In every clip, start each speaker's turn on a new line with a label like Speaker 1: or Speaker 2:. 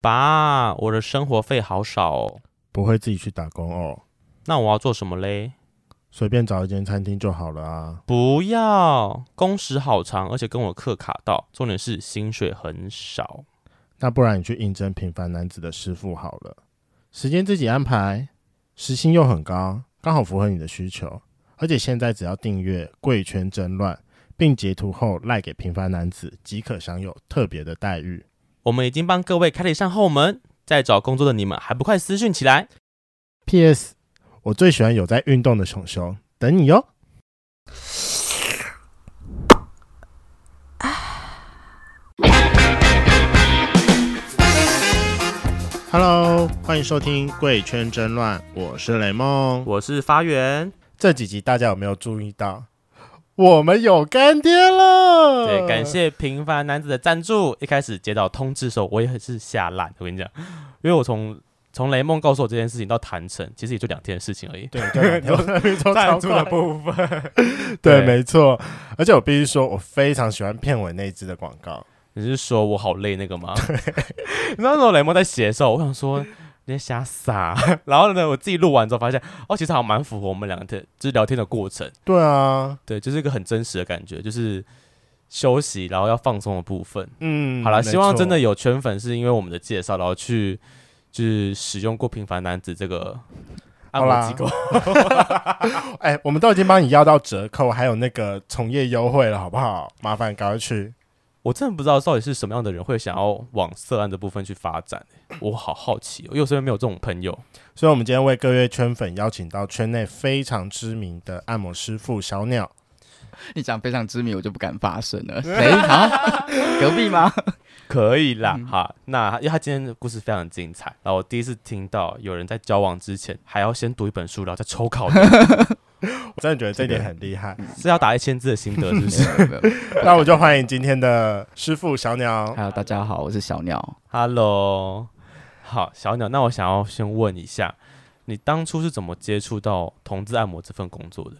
Speaker 1: 爸，我的生活费好少哦，
Speaker 2: 不会自己去打工哦，
Speaker 1: 那我要做什么嘞？
Speaker 2: 随便找一间餐厅就好了啊。
Speaker 1: 不要，工时好长，而且跟我课卡到，重点是薪水很少。
Speaker 2: 那不然你去应征平凡男子的师傅好了，时间自己安排，时薪又很高，刚好符合你的需求。而且现在只要订阅“贵圈争乱”，并截图后赖给平凡男子，即可享有特别的待遇。
Speaker 1: 我们已经帮各位开了一扇后门，在找工作的你们还不快私讯起来？
Speaker 2: P.S. 我最喜欢有在运动的熊熊，等你哦哟。Hello，欢迎收听《贵圈争乱》，我是雷梦。
Speaker 1: 我是发源，
Speaker 2: 这几集大家有没有注意到，我们有干爹了？
Speaker 1: 对，感。谢平凡男子的赞助。一开始接到通知的时候，我也是吓烂。我跟你讲，因为我从从雷梦告诉我这件事情到谈成，其实也就两天的事情而已。
Speaker 2: 对对，对我
Speaker 3: 赞助的部分，
Speaker 2: 对，
Speaker 1: 对
Speaker 2: 没错。而且我必须说，我非常喜欢片尾那一支的广告。
Speaker 1: 你是说我好累那个吗？ 那时候雷梦在写的时候，我想说你在瞎撒。 然后呢，我自己录完之后发现，哦，其实好像蛮符合我们两个的，就是聊天的过程。
Speaker 2: 对啊，
Speaker 1: 对，就是一个很真实的感觉，就是休息然后要放松的部分。
Speaker 2: 嗯，
Speaker 1: 好了，
Speaker 2: 没
Speaker 1: 希望真
Speaker 2: 错
Speaker 1: 的有圈粉是因为我们的介绍，然后去就是使用过《平凡男子》这个按
Speaker 2: 好啦
Speaker 1: 摩机构。
Speaker 2: 哎、我们都已经帮你要到折扣，还有那个从业优惠了，好不好？麻烦赶快去。
Speaker 1: 我真的不知道到底是什么样的人会想要往色案的部分去发展、我好好奇、哦，因为我身边没有这种朋友。
Speaker 2: 所以，我们今天为各位圈粉邀请到圈内非常知名的按摩师傅小鸟。
Speaker 3: 你讲非常知名，我就不敢发声 了。谁啊？隔壁吗？
Speaker 1: 可以啦，
Speaker 3: 嗯
Speaker 1: 哈，那因为他今天的故事非常精彩，然后我第一次听到有人在交往之前还要先读一本书，然后再抽 考的，
Speaker 2: 我真的觉得这一点很厉
Speaker 3: 嗯
Speaker 2: 害。
Speaker 1: 是要打一千字的心得，是不
Speaker 3: 没
Speaker 1: 是
Speaker 3: 有没有没有
Speaker 2: 那我就欢迎今天的师傅小 鸟。
Speaker 3: Hello，大家好，我是小鸟。
Speaker 1: ？Hello，好，小鸟，那我想要先问一下，你当初是怎么接触到同志按摩这份工作的？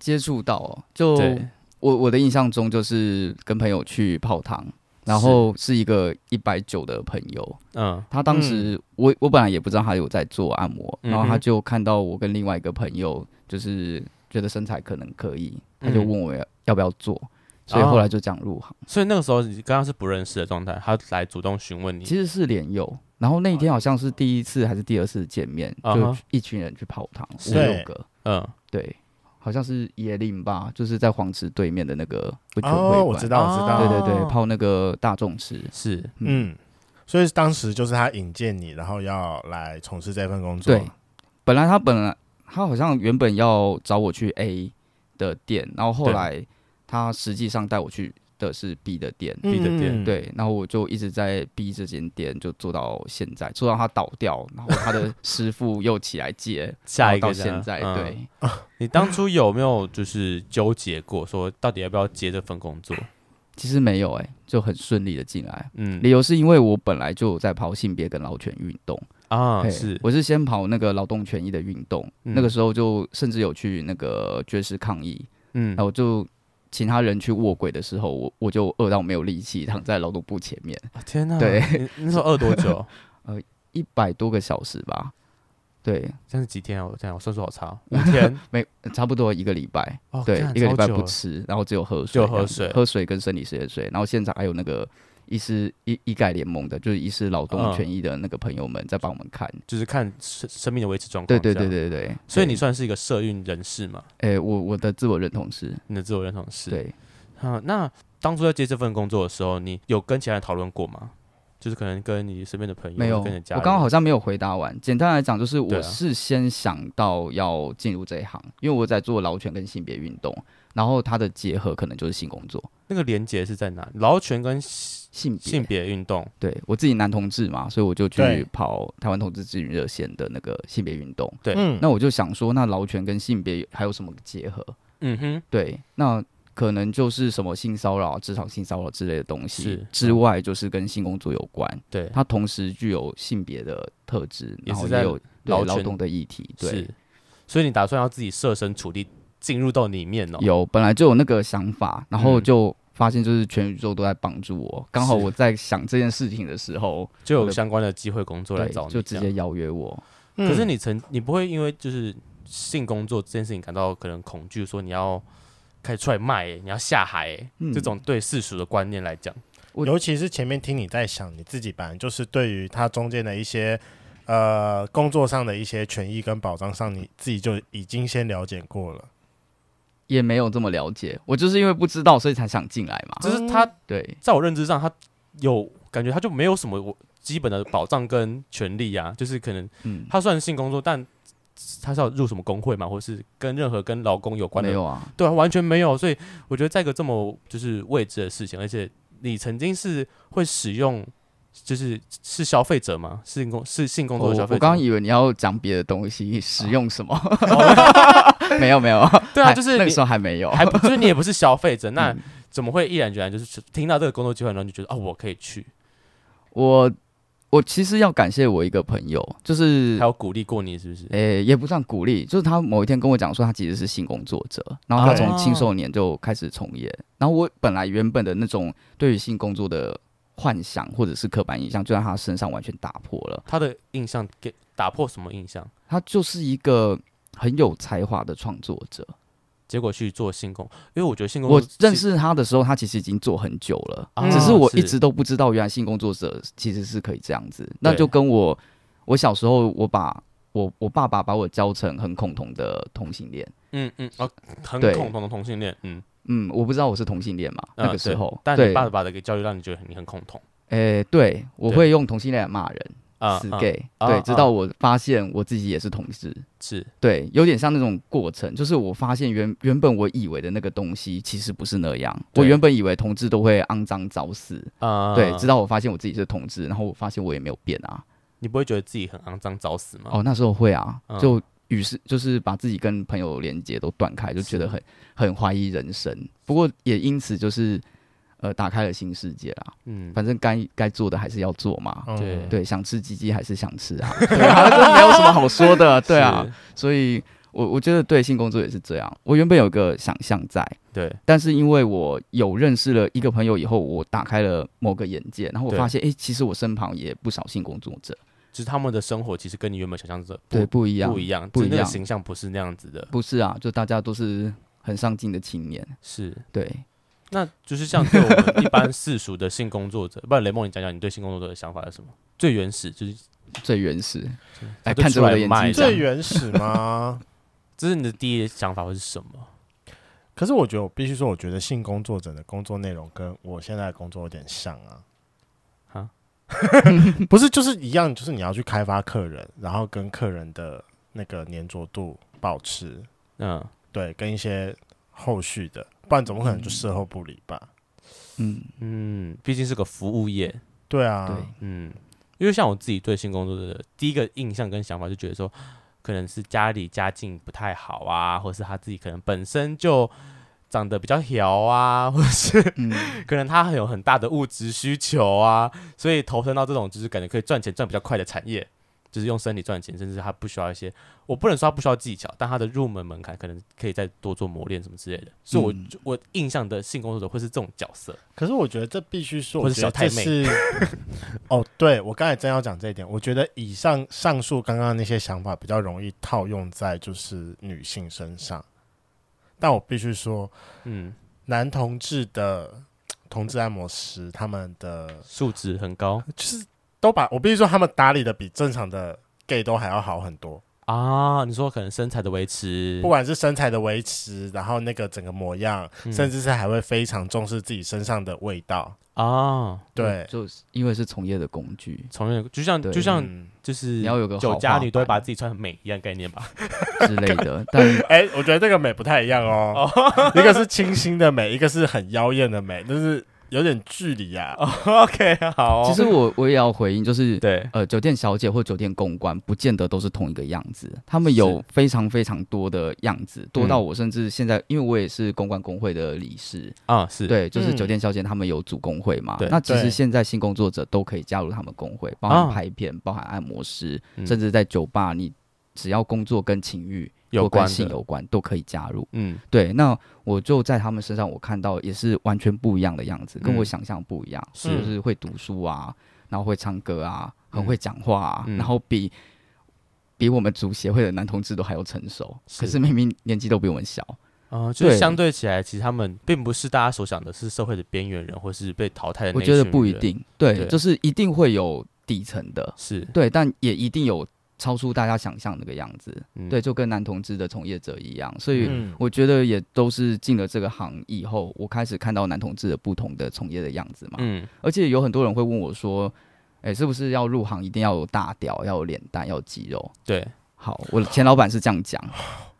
Speaker 3: 接触到哦，就
Speaker 1: 对，
Speaker 3: 我我的印象中就是跟朋友去泡汤，然后是一个一百九的朋友，
Speaker 1: 嗯，
Speaker 3: 他当时、我我本来也不知道他有在做按摩，
Speaker 1: 嗯哼
Speaker 3: 然后他就看到我跟另外一个朋友，就是觉得身材可能可以，他
Speaker 1: 嗯
Speaker 3: 就
Speaker 1: 哦
Speaker 3: 问我要要不要做，所以后来就这样入行。
Speaker 1: 所以那个时候你刚刚是不认识的状态，他来主动询问你，
Speaker 3: 其实是连友，然后那一天好像是第一次还是第二次见面，
Speaker 1: 啊哈
Speaker 3: 就一群人去泡汤，
Speaker 1: 是
Speaker 3: 五六个，
Speaker 1: 嗯，
Speaker 3: 对，好像是椰林吧，就是在黄池对面的那个温泉
Speaker 2: 哦，
Speaker 3: 会
Speaker 2: 我
Speaker 3: 馆
Speaker 2: 知，道，我知道。
Speaker 3: 对对对
Speaker 1: 哦，
Speaker 3: 泡那个大众池，
Speaker 1: 是
Speaker 2: 嗯，所以当时就是他引荐你，然后要来从事这份工作。
Speaker 3: 对本来他本来他好像原本要找我去 A 的店，然后后
Speaker 1: 对
Speaker 3: 来他实际上带我去的是 B 的店，
Speaker 2: 嗯，
Speaker 1: B 的店
Speaker 2: 嗯，
Speaker 3: 对，然后我就一直在逼这间店，就做到现在，做到他倒掉，然后他的师傅又起来接，
Speaker 1: 下一个
Speaker 3: 然后到
Speaker 1: 这样
Speaker 3: 现在，
Speaker 1: 嗯
Speaker 3: 对，
Speaker 1: 你当初有没有就是纠结过，说到底要不要接这份工作？
Speaker 3: 其实没有哎、就很顺利的进来。
Speaker 1: 嗯
Speaker 3: 理由是因为我本来就有在跑性别跟劳权运动，
Speaker 1: 啊，
Speaker 3: 嘿
Speaker 1: 是
Speaker 3: 我是先跑那个劳动权益的运动，
Speaker 1: 嗯
Speaker 3: 那个时候就甚至有去那个绝食抗议，
Speaker 1: 嗯
Speaker 3: 然后就其他人去卧轨的时候，我我就饿到没有力气，躺在劳动部前面
Speaker 1: 啊天哪，
Speaker 3: 对
Speaker 1: 你，你那时候饿多 久？
Speaker 3: 一百多个小时吧，对，
Speaker 1: 这样是几天啊？我这样我算数好差哦，五天。
Speaker 3: 每差不多一个礼拜，
Speaker 1: 哦，
Speaker 3: 对，
Speaker 1: 干
Speaker 3: 一个礼拜
Speaker 1: 超久
Speaker 3: 不
Speaker 1: 了
Speaker 3: 吃，然后只有喝水，
Speaker 1: 只有喝
Speaker 3: 这样子
Speaker 1: 水
Speaker 3: 喝水跟生理食盐水，然后现场还有那个医师医医改联盟的，就是医师劳动
Speaker 1: 嗯
Speaker 3: 权益的那个朋友们在帮我们看。
Speaker 1: 就是看生生命的维持状况。
Speaker 3: 对对对
Speaker 1: 这样。
Speaker 3: 对对，
Speaker 1: 所以
Speaker 3: 对
Speaker 1: 你，算是一个社运人士嘛？
Speaker 3: 哎，我我的自我认同是，
Speaker 1: 你的自我认同是。。
Speaker 3: 对，
Speaker 1: 啊，那当初在接这份工作的时候，你有跟其他人讨论过吗？就是可能跟你身边的朋友，
Speaker 3: 没有，
Speaker 1: 跟你的家
Speaker 3: 我
Speaker 1: 人。
Speaker 3: 刚刚好像没有回答完。简单来讲，就是
Speaker 1: 对啊
Speaker 3: 我是先想到要进入这一行，因为我在做劳权跟性别运动，然后它的结合可能就是性工作、
Speaker 1: 那个连结是在哪？劳权跟性
Speaker 3: 性别。
Speaker 1: 性别运动。
Speaker 3: 对我自己男同志嘛，所以我就
Speaker 2: 对
Speaker 3: 去跑台湾同志咨询热线的那个性别运动。
Speaker 1: 对
Speaker 2: 嗯，
Speaker 3: 那我就想说，那劳权跟性别还有什么结合？
Speaker 1: 嗯哼，
Speaker 3: 对，那可能就是什么性骚扰、职场性骚扰之类的东
Speaker 1: 是嗯
Speaker 3: 西之外，就是跟性工作有关，
Speaker 1: 对，
Speaker 3: 它同时具有性别的特质，
Speaker 1: 也
Speaker 3: 然后
Speaker 1: 是在
Speaker 3: 也有对
Speaker 1: 劳
Speaker 3: 劳
Speaker 1: 权
Speaker 3: 动的议题。对
Speaker 1: 是，。所以你打算要自己设身处地进入到里面哦？
Speaker 3: 有本来就有那个想法，然后
Speaker 1: 嗯
Speaker 3: 就。发现就是全宇宙都在帮助我。刚好
Speaker 1: 是
Speaker 3: 我在想这件事情的 时候，
Speaker 1: 就有相关的机会工作来
Speaker 3: 对
Speaker 1: 找，你，
Speaker 3: 就直接。邀约我。
Speaker 1: 可是
Speaker 2: 嗯
Speaker 1: 你曾你不会因为就是性工作这件事情感到可能恐惧，说你要开始出来卖、欸，你要下海、欸，
Speaker 3: 嗯
Speaker 1: 这种对世俗的观念来讲，
Speaker 3: 我
Speaker 2: 尤其是前面听你在想，你自己本来就是对于它中间的一些呃工作上的一些权益跟保障上，你自己就已经先了解过了。
Speaker 3: 也没有这么了解，我就是因为不知道，所以才想进来嘛。
Speaker 1: 就是他
Speaker 3: 对，
Speaker 1: 在我认知上，他有感觉他就没有什么我基本的保障跟权利啊，就是可能
Speaker 3: 嗯，
Speaker 1: 他算是性工作，但他是要入什么工会嘛，或是跟任何跟劳工有关
Speaker 3: 没
Speaker 1: 的
Speaker 3: 有啊，
Speaker 1: 对啊，完全没有。所以我觉得在一个这么就是未知的事情，而且你曾经是会使用，就是是消费者吗？是性工是性工
Speaker 3: 我
Speaker 1: 作
Speaker 3: 我
Speaker 1: 的消费
Speaker 3: 刚
Speaker 1: 者吗？
Speaker 3: 刚以为你要讲别的东西，使用什么？ 没有没有，
Speaker 1: 哦对啊，
Speaker 3: 还
Speaker 1: 就是
Speaker 3: 那个
Speaker 1: 你
Speaker 3: 时候还没有。
Speaker 1: 还不就是你也不是消 费者，那
Speaker 3: 嗯
Speaker 1: 怎么会毅然决然就是听到这个工作机会，然后就觉得哦，我可以去？
Speaker 3: 我我其实要感谢我一个朋友，就是哎
Speaker 1: 还有鼓励过你是不是？
Speaker 3: 诶、也不算鼓励，就是他某一天跟我讲说，他其实是性工作者，然后他从
Speaker 1: 哦
Speaker 3: 青少年就开始从业。然后我本来原本的那种对于性工作的幻想或者是刻板印象，就在他身上完全打破了。
Speaker 1: 他的印象给打破什么印象？
Speaker 3: 他就是一个很有才华的创作者。
Speaker 1: 结果去做性工，因为我觉得性工
Speaker 3: 我
Speaker 1: 作是
Speaker 3: 认识他的时候，他其实已经做很久了，
Speaker 1: 哦啊
Speaker 3: 只是我
Speaker 1: 是
Speaker 3: 一直都不知道，原来性工作者其实是可以这样子。那
Speaker 1: 对
Speaker 3: 就跟我，我小时候我把我我爸爸把我教成很恐同的同性恋。
Speaker 1: 嗯嗯哦，很
Speaker 3: 对
Speaker 1: 恐同的同性恋，嗯，
Speaker 3: 嗯，我不知道我是同性恋嘛，
Speaker 1: 呃
Speaker 3: 那个时
Speaker 1: 对
Speaker 3: 候，
Speaker 1: 但
Speaker 3: 对
Speaker 1: 你，爸爸的一个教育让你觉得你很恐同
Speaker 3: 诶、对，我
Speaker 1: 对
Speaker 3: 会用同性恋来骂人，
Speaker 1: 啊，
Speaker 3: 死
Speaker 1: 啊
Speaker 3: gay，、
Speaker 1: 啊
Speaker 3: 对，
Speaker 1: 啊
Speaker 3: 直到我发现我自己也是同志，
Speaker 1: 是
Speaker 3: 对，有点像那种过程，就是我发现原原本我以为的那个东西其实不是那样，我
Speaker 1: 对
Speaker 3: 原本以为同志都会肮脏找死，
Speaker 1: 啊，
Speaker 3: 对，直到我发现我自己是同志，然后我发现我也没有变啊，
Speaker 1: 你不会觉得自己很肮脏找死吗？
Speaker 3: 哦，那时候会啊，
Speaker 1: 嗯
Speaker 3: 就于是就是把自己跟朋友连接都断开，就觉得
Speaker 1: 是
Speaker 3: 很很怀疑人生，不过也因此就是呃打开了新世界啦。
Speaker 1: 嗯，
Speaker 3: 反正该该做的还是要做嘛。
Speaker 2: 嗯、
Speaker 1: 对
Speaker 3: 对，想吃鸡鸡还是想吃啊， 对啊，这没有什么好说的，对啊
Speaker 1: 是，，
Speaker 3: 所以我我觉得对性工作也是这样。我原本有个想象在，
Speaker 1: 对，
Speaker 3: 但是因为我有认识了一个朋友以后，我打开了某个眼界，然后我
Speaker 1: 对
Speaker 3: 发现，诶，其实我身旁也不少性工作者，
Speaker 1: 就是他们的生活其实跟你原本想象的
Speaker 3: 对，
Speaker 1: 不
Speaker 3: 不一样，
Speaker 1: 不一样，
Speaker 3: 不
Speaker 1: 就是
Speaker 3: 一
Speaker 1: 那个
Speaker 3: 样
Speaker 1: 形象不是那样子的，
Speaker 3: 不是啊，就大家都是很上进的青年，
Speaker 1: 是。
Speaker 3: 对，
Speaker 1: 那就是像对我们一般世俗的性工作者， 不然雷梦，你讲讲你对性工作者的想法是什么？最原始就是，
Speaker 3: 最原始。哎，
Speaker 1: 就
Speaker 3: 看
Speaker 1: 出
Speaker 3: 着我
Speaker 1: 来
Speaker 3: 的眼
Speaker 1: 卖
Speaker 3: 睛
Speaker 1: 这样
Speaker 2: 最
Speaker 3: 讲，
Speaker 2: 原始吗？
Speaker 1: 这是你的第一想法会是什么？
Speaker 2: 可是我觉得我必须说，我觉得性工作者的工作内容跟我现在的工作有点像啊。
Speaker 1: 啊，
Speaker 2: 不是，就是一样，就是你要去开发客人，然后跟客人的那个粘着度保持，
Speaker 1: 嗯，
Speaker 2: 对，跟一些后续的，不然怎么可能就事后不理吧？
Speaker 3: 嗯，
Speaker 1: 嗯，毕竟是个服务业，
Speaker 2: 对啊，
Speaker 3: 对，
Speaker 1: 嗯，因为像我自己对性工作的第一个印象跟想法，就觉得说，可能是家里家境不太好啊，或是他自己可能本身就长得比较挑啊， 或是
Speaker 3: 嗯，
Speaker 1: 可能他很有很大的物质需求啊，所以投身到这种就是感觉可以赚钱赚比较快的产业，就是用身体赚钱，甚至他不需要一些，我不能说他不需要技巧，但他的入门门槛可能可以再多做磨练什么之类的。所以我、
Speaker 3: 嗯
Speaker 1: 我印象的性工作者会是这种角色，
Speaker 2: 可是我觉得这必须说，
Speaker 1: 或
Speaker 2: 我
Speaker 1: 是
Speaker 2: 觉
Speaker 1: 小
Speaker 2: 得
Speaker 1: 太
Speaker 2: 这
Speaker 1: 妹
Speaker 2: 是 哦，对我刚才真要讲这一点，我觉得以上上述刚刚那些想法比较容易套用在就是女性身上，但我必须说，
Speaker 1: 嗯，
Speaker 2: 男同志的同志按摩师他们的
Speaker 1: 素质很高
Speaker 2: 就是都把我必须说他们打理的比正常的 gay 都还要好很多，
Speaker 1: 啊，你说可能身材的维持
Speaker 2: 不，管是身材的维持，然后那个整个模样，
Speaker 1: 嗯
Speaker 2: 甚至是还会非常重视自己身上的味道，
Speaker 1: 啊，
Speaker 2: 对。
Speaker 3: 嗯就是因为是从业的工具
Speaker 1: 从业就像
Speaker 3: 对
Speaker 1: 就像
Speaker 2: 嗯
Speaker 1: 就是
Speaker 3: 你要有个
Speaker 1: 酒
Speaker 3: 好
Speaker 1: 家
Speaker 3: 画
Speaker 1: 女都会
Speaker 3: 板
Speaker 1: 把自己穿很美一样概念吧？
Speaker 3: 之类的， 但
Speaker 2: 哎、我觉得这个美不太一样哦，一个是清新的美，一个是很妖艳的美，但是有点距离啊。
Speaker 1: OK，好
Speaker 2: 哦
Speaker 3: 其实我我也要回应，就是
Speaker 1: 对
Speaker 3: 呃，酒店小姐或酒店公关不见得都是同一个样子，他们有
Speaker 1: 是嗯
Speaker 3: 非常非常多的样子，多到我甚至现在，因为我也是公关工会的理事，
Speaker 1: 啊是，
Speaker 3: 对，就是
Speaker 2: 嗯
Speaker 3: 酒店小姐他们有组工会嘛
Speaker 1: 对，
Speaker 3: 那其实
Speaker 2: 对
Speaker 3: 现在性工作者都可以加入他们工会，包
Speaker 1: 啊
Speaker 3: 含拍片，包含按摩师，
Speaker 1: 嗯
Speaker 3: 甚至在酒吧，你只要工作跟情欲
Speaker 1: 有
Speaker 3: 或
Speaker 1: 关
Speaker 3: 跟
Speaker 1: 的
Speaker 3: 性有关都可以加入。
Speaker 1: 嗯
Speaker 3: 对，那我就在他们身上，我看到也是完全不一样的样子，跟
Speaker 1: 嗯
Speaker 3: 我想象不一样，
Speaker 1: 是
Speaker 3: 就是会读书啊，然后会唱歌啊，很会讲话啊，
Speaker 1: 嗯
Speaker 3: 然后比比我们组协会的男同志都还要成熟，可
Speaker 1: 是
Speaker 3: 是明明年纪都比我们小，
Speaker 1: 啊、就是
Speaker 3: 对
Speaker 1: 相对起来，其实他们并不是大家所想的是社会的边缘人，或是被淘汰的。
Speaker 3: 我觉得不一，定，对，
Speaker 1: 对
Speaker 3: 就是一定会有底层的，
Speaker 1: 是，
Speaker 3: 对，但也一定有超出大家想象那个样子，
Speaker 1: 嗯
Speaker 3: 对，，就跟男同志的从业者一样，所以
Speaker 2: 嗯，
Speaker 3: 我觉得也都是进了这个行以后，我开始看到男同志的不同的从业的样子嘛。
Speaker 1: 嗯，
Speaker 3: 而且有很多人会问我说：“哎、是不是要入行一定要有大屌，要有脸蛋，要有肌肉
Speaker 1: 对，？”
Speaker 3: 好，我的前老板是这样讲，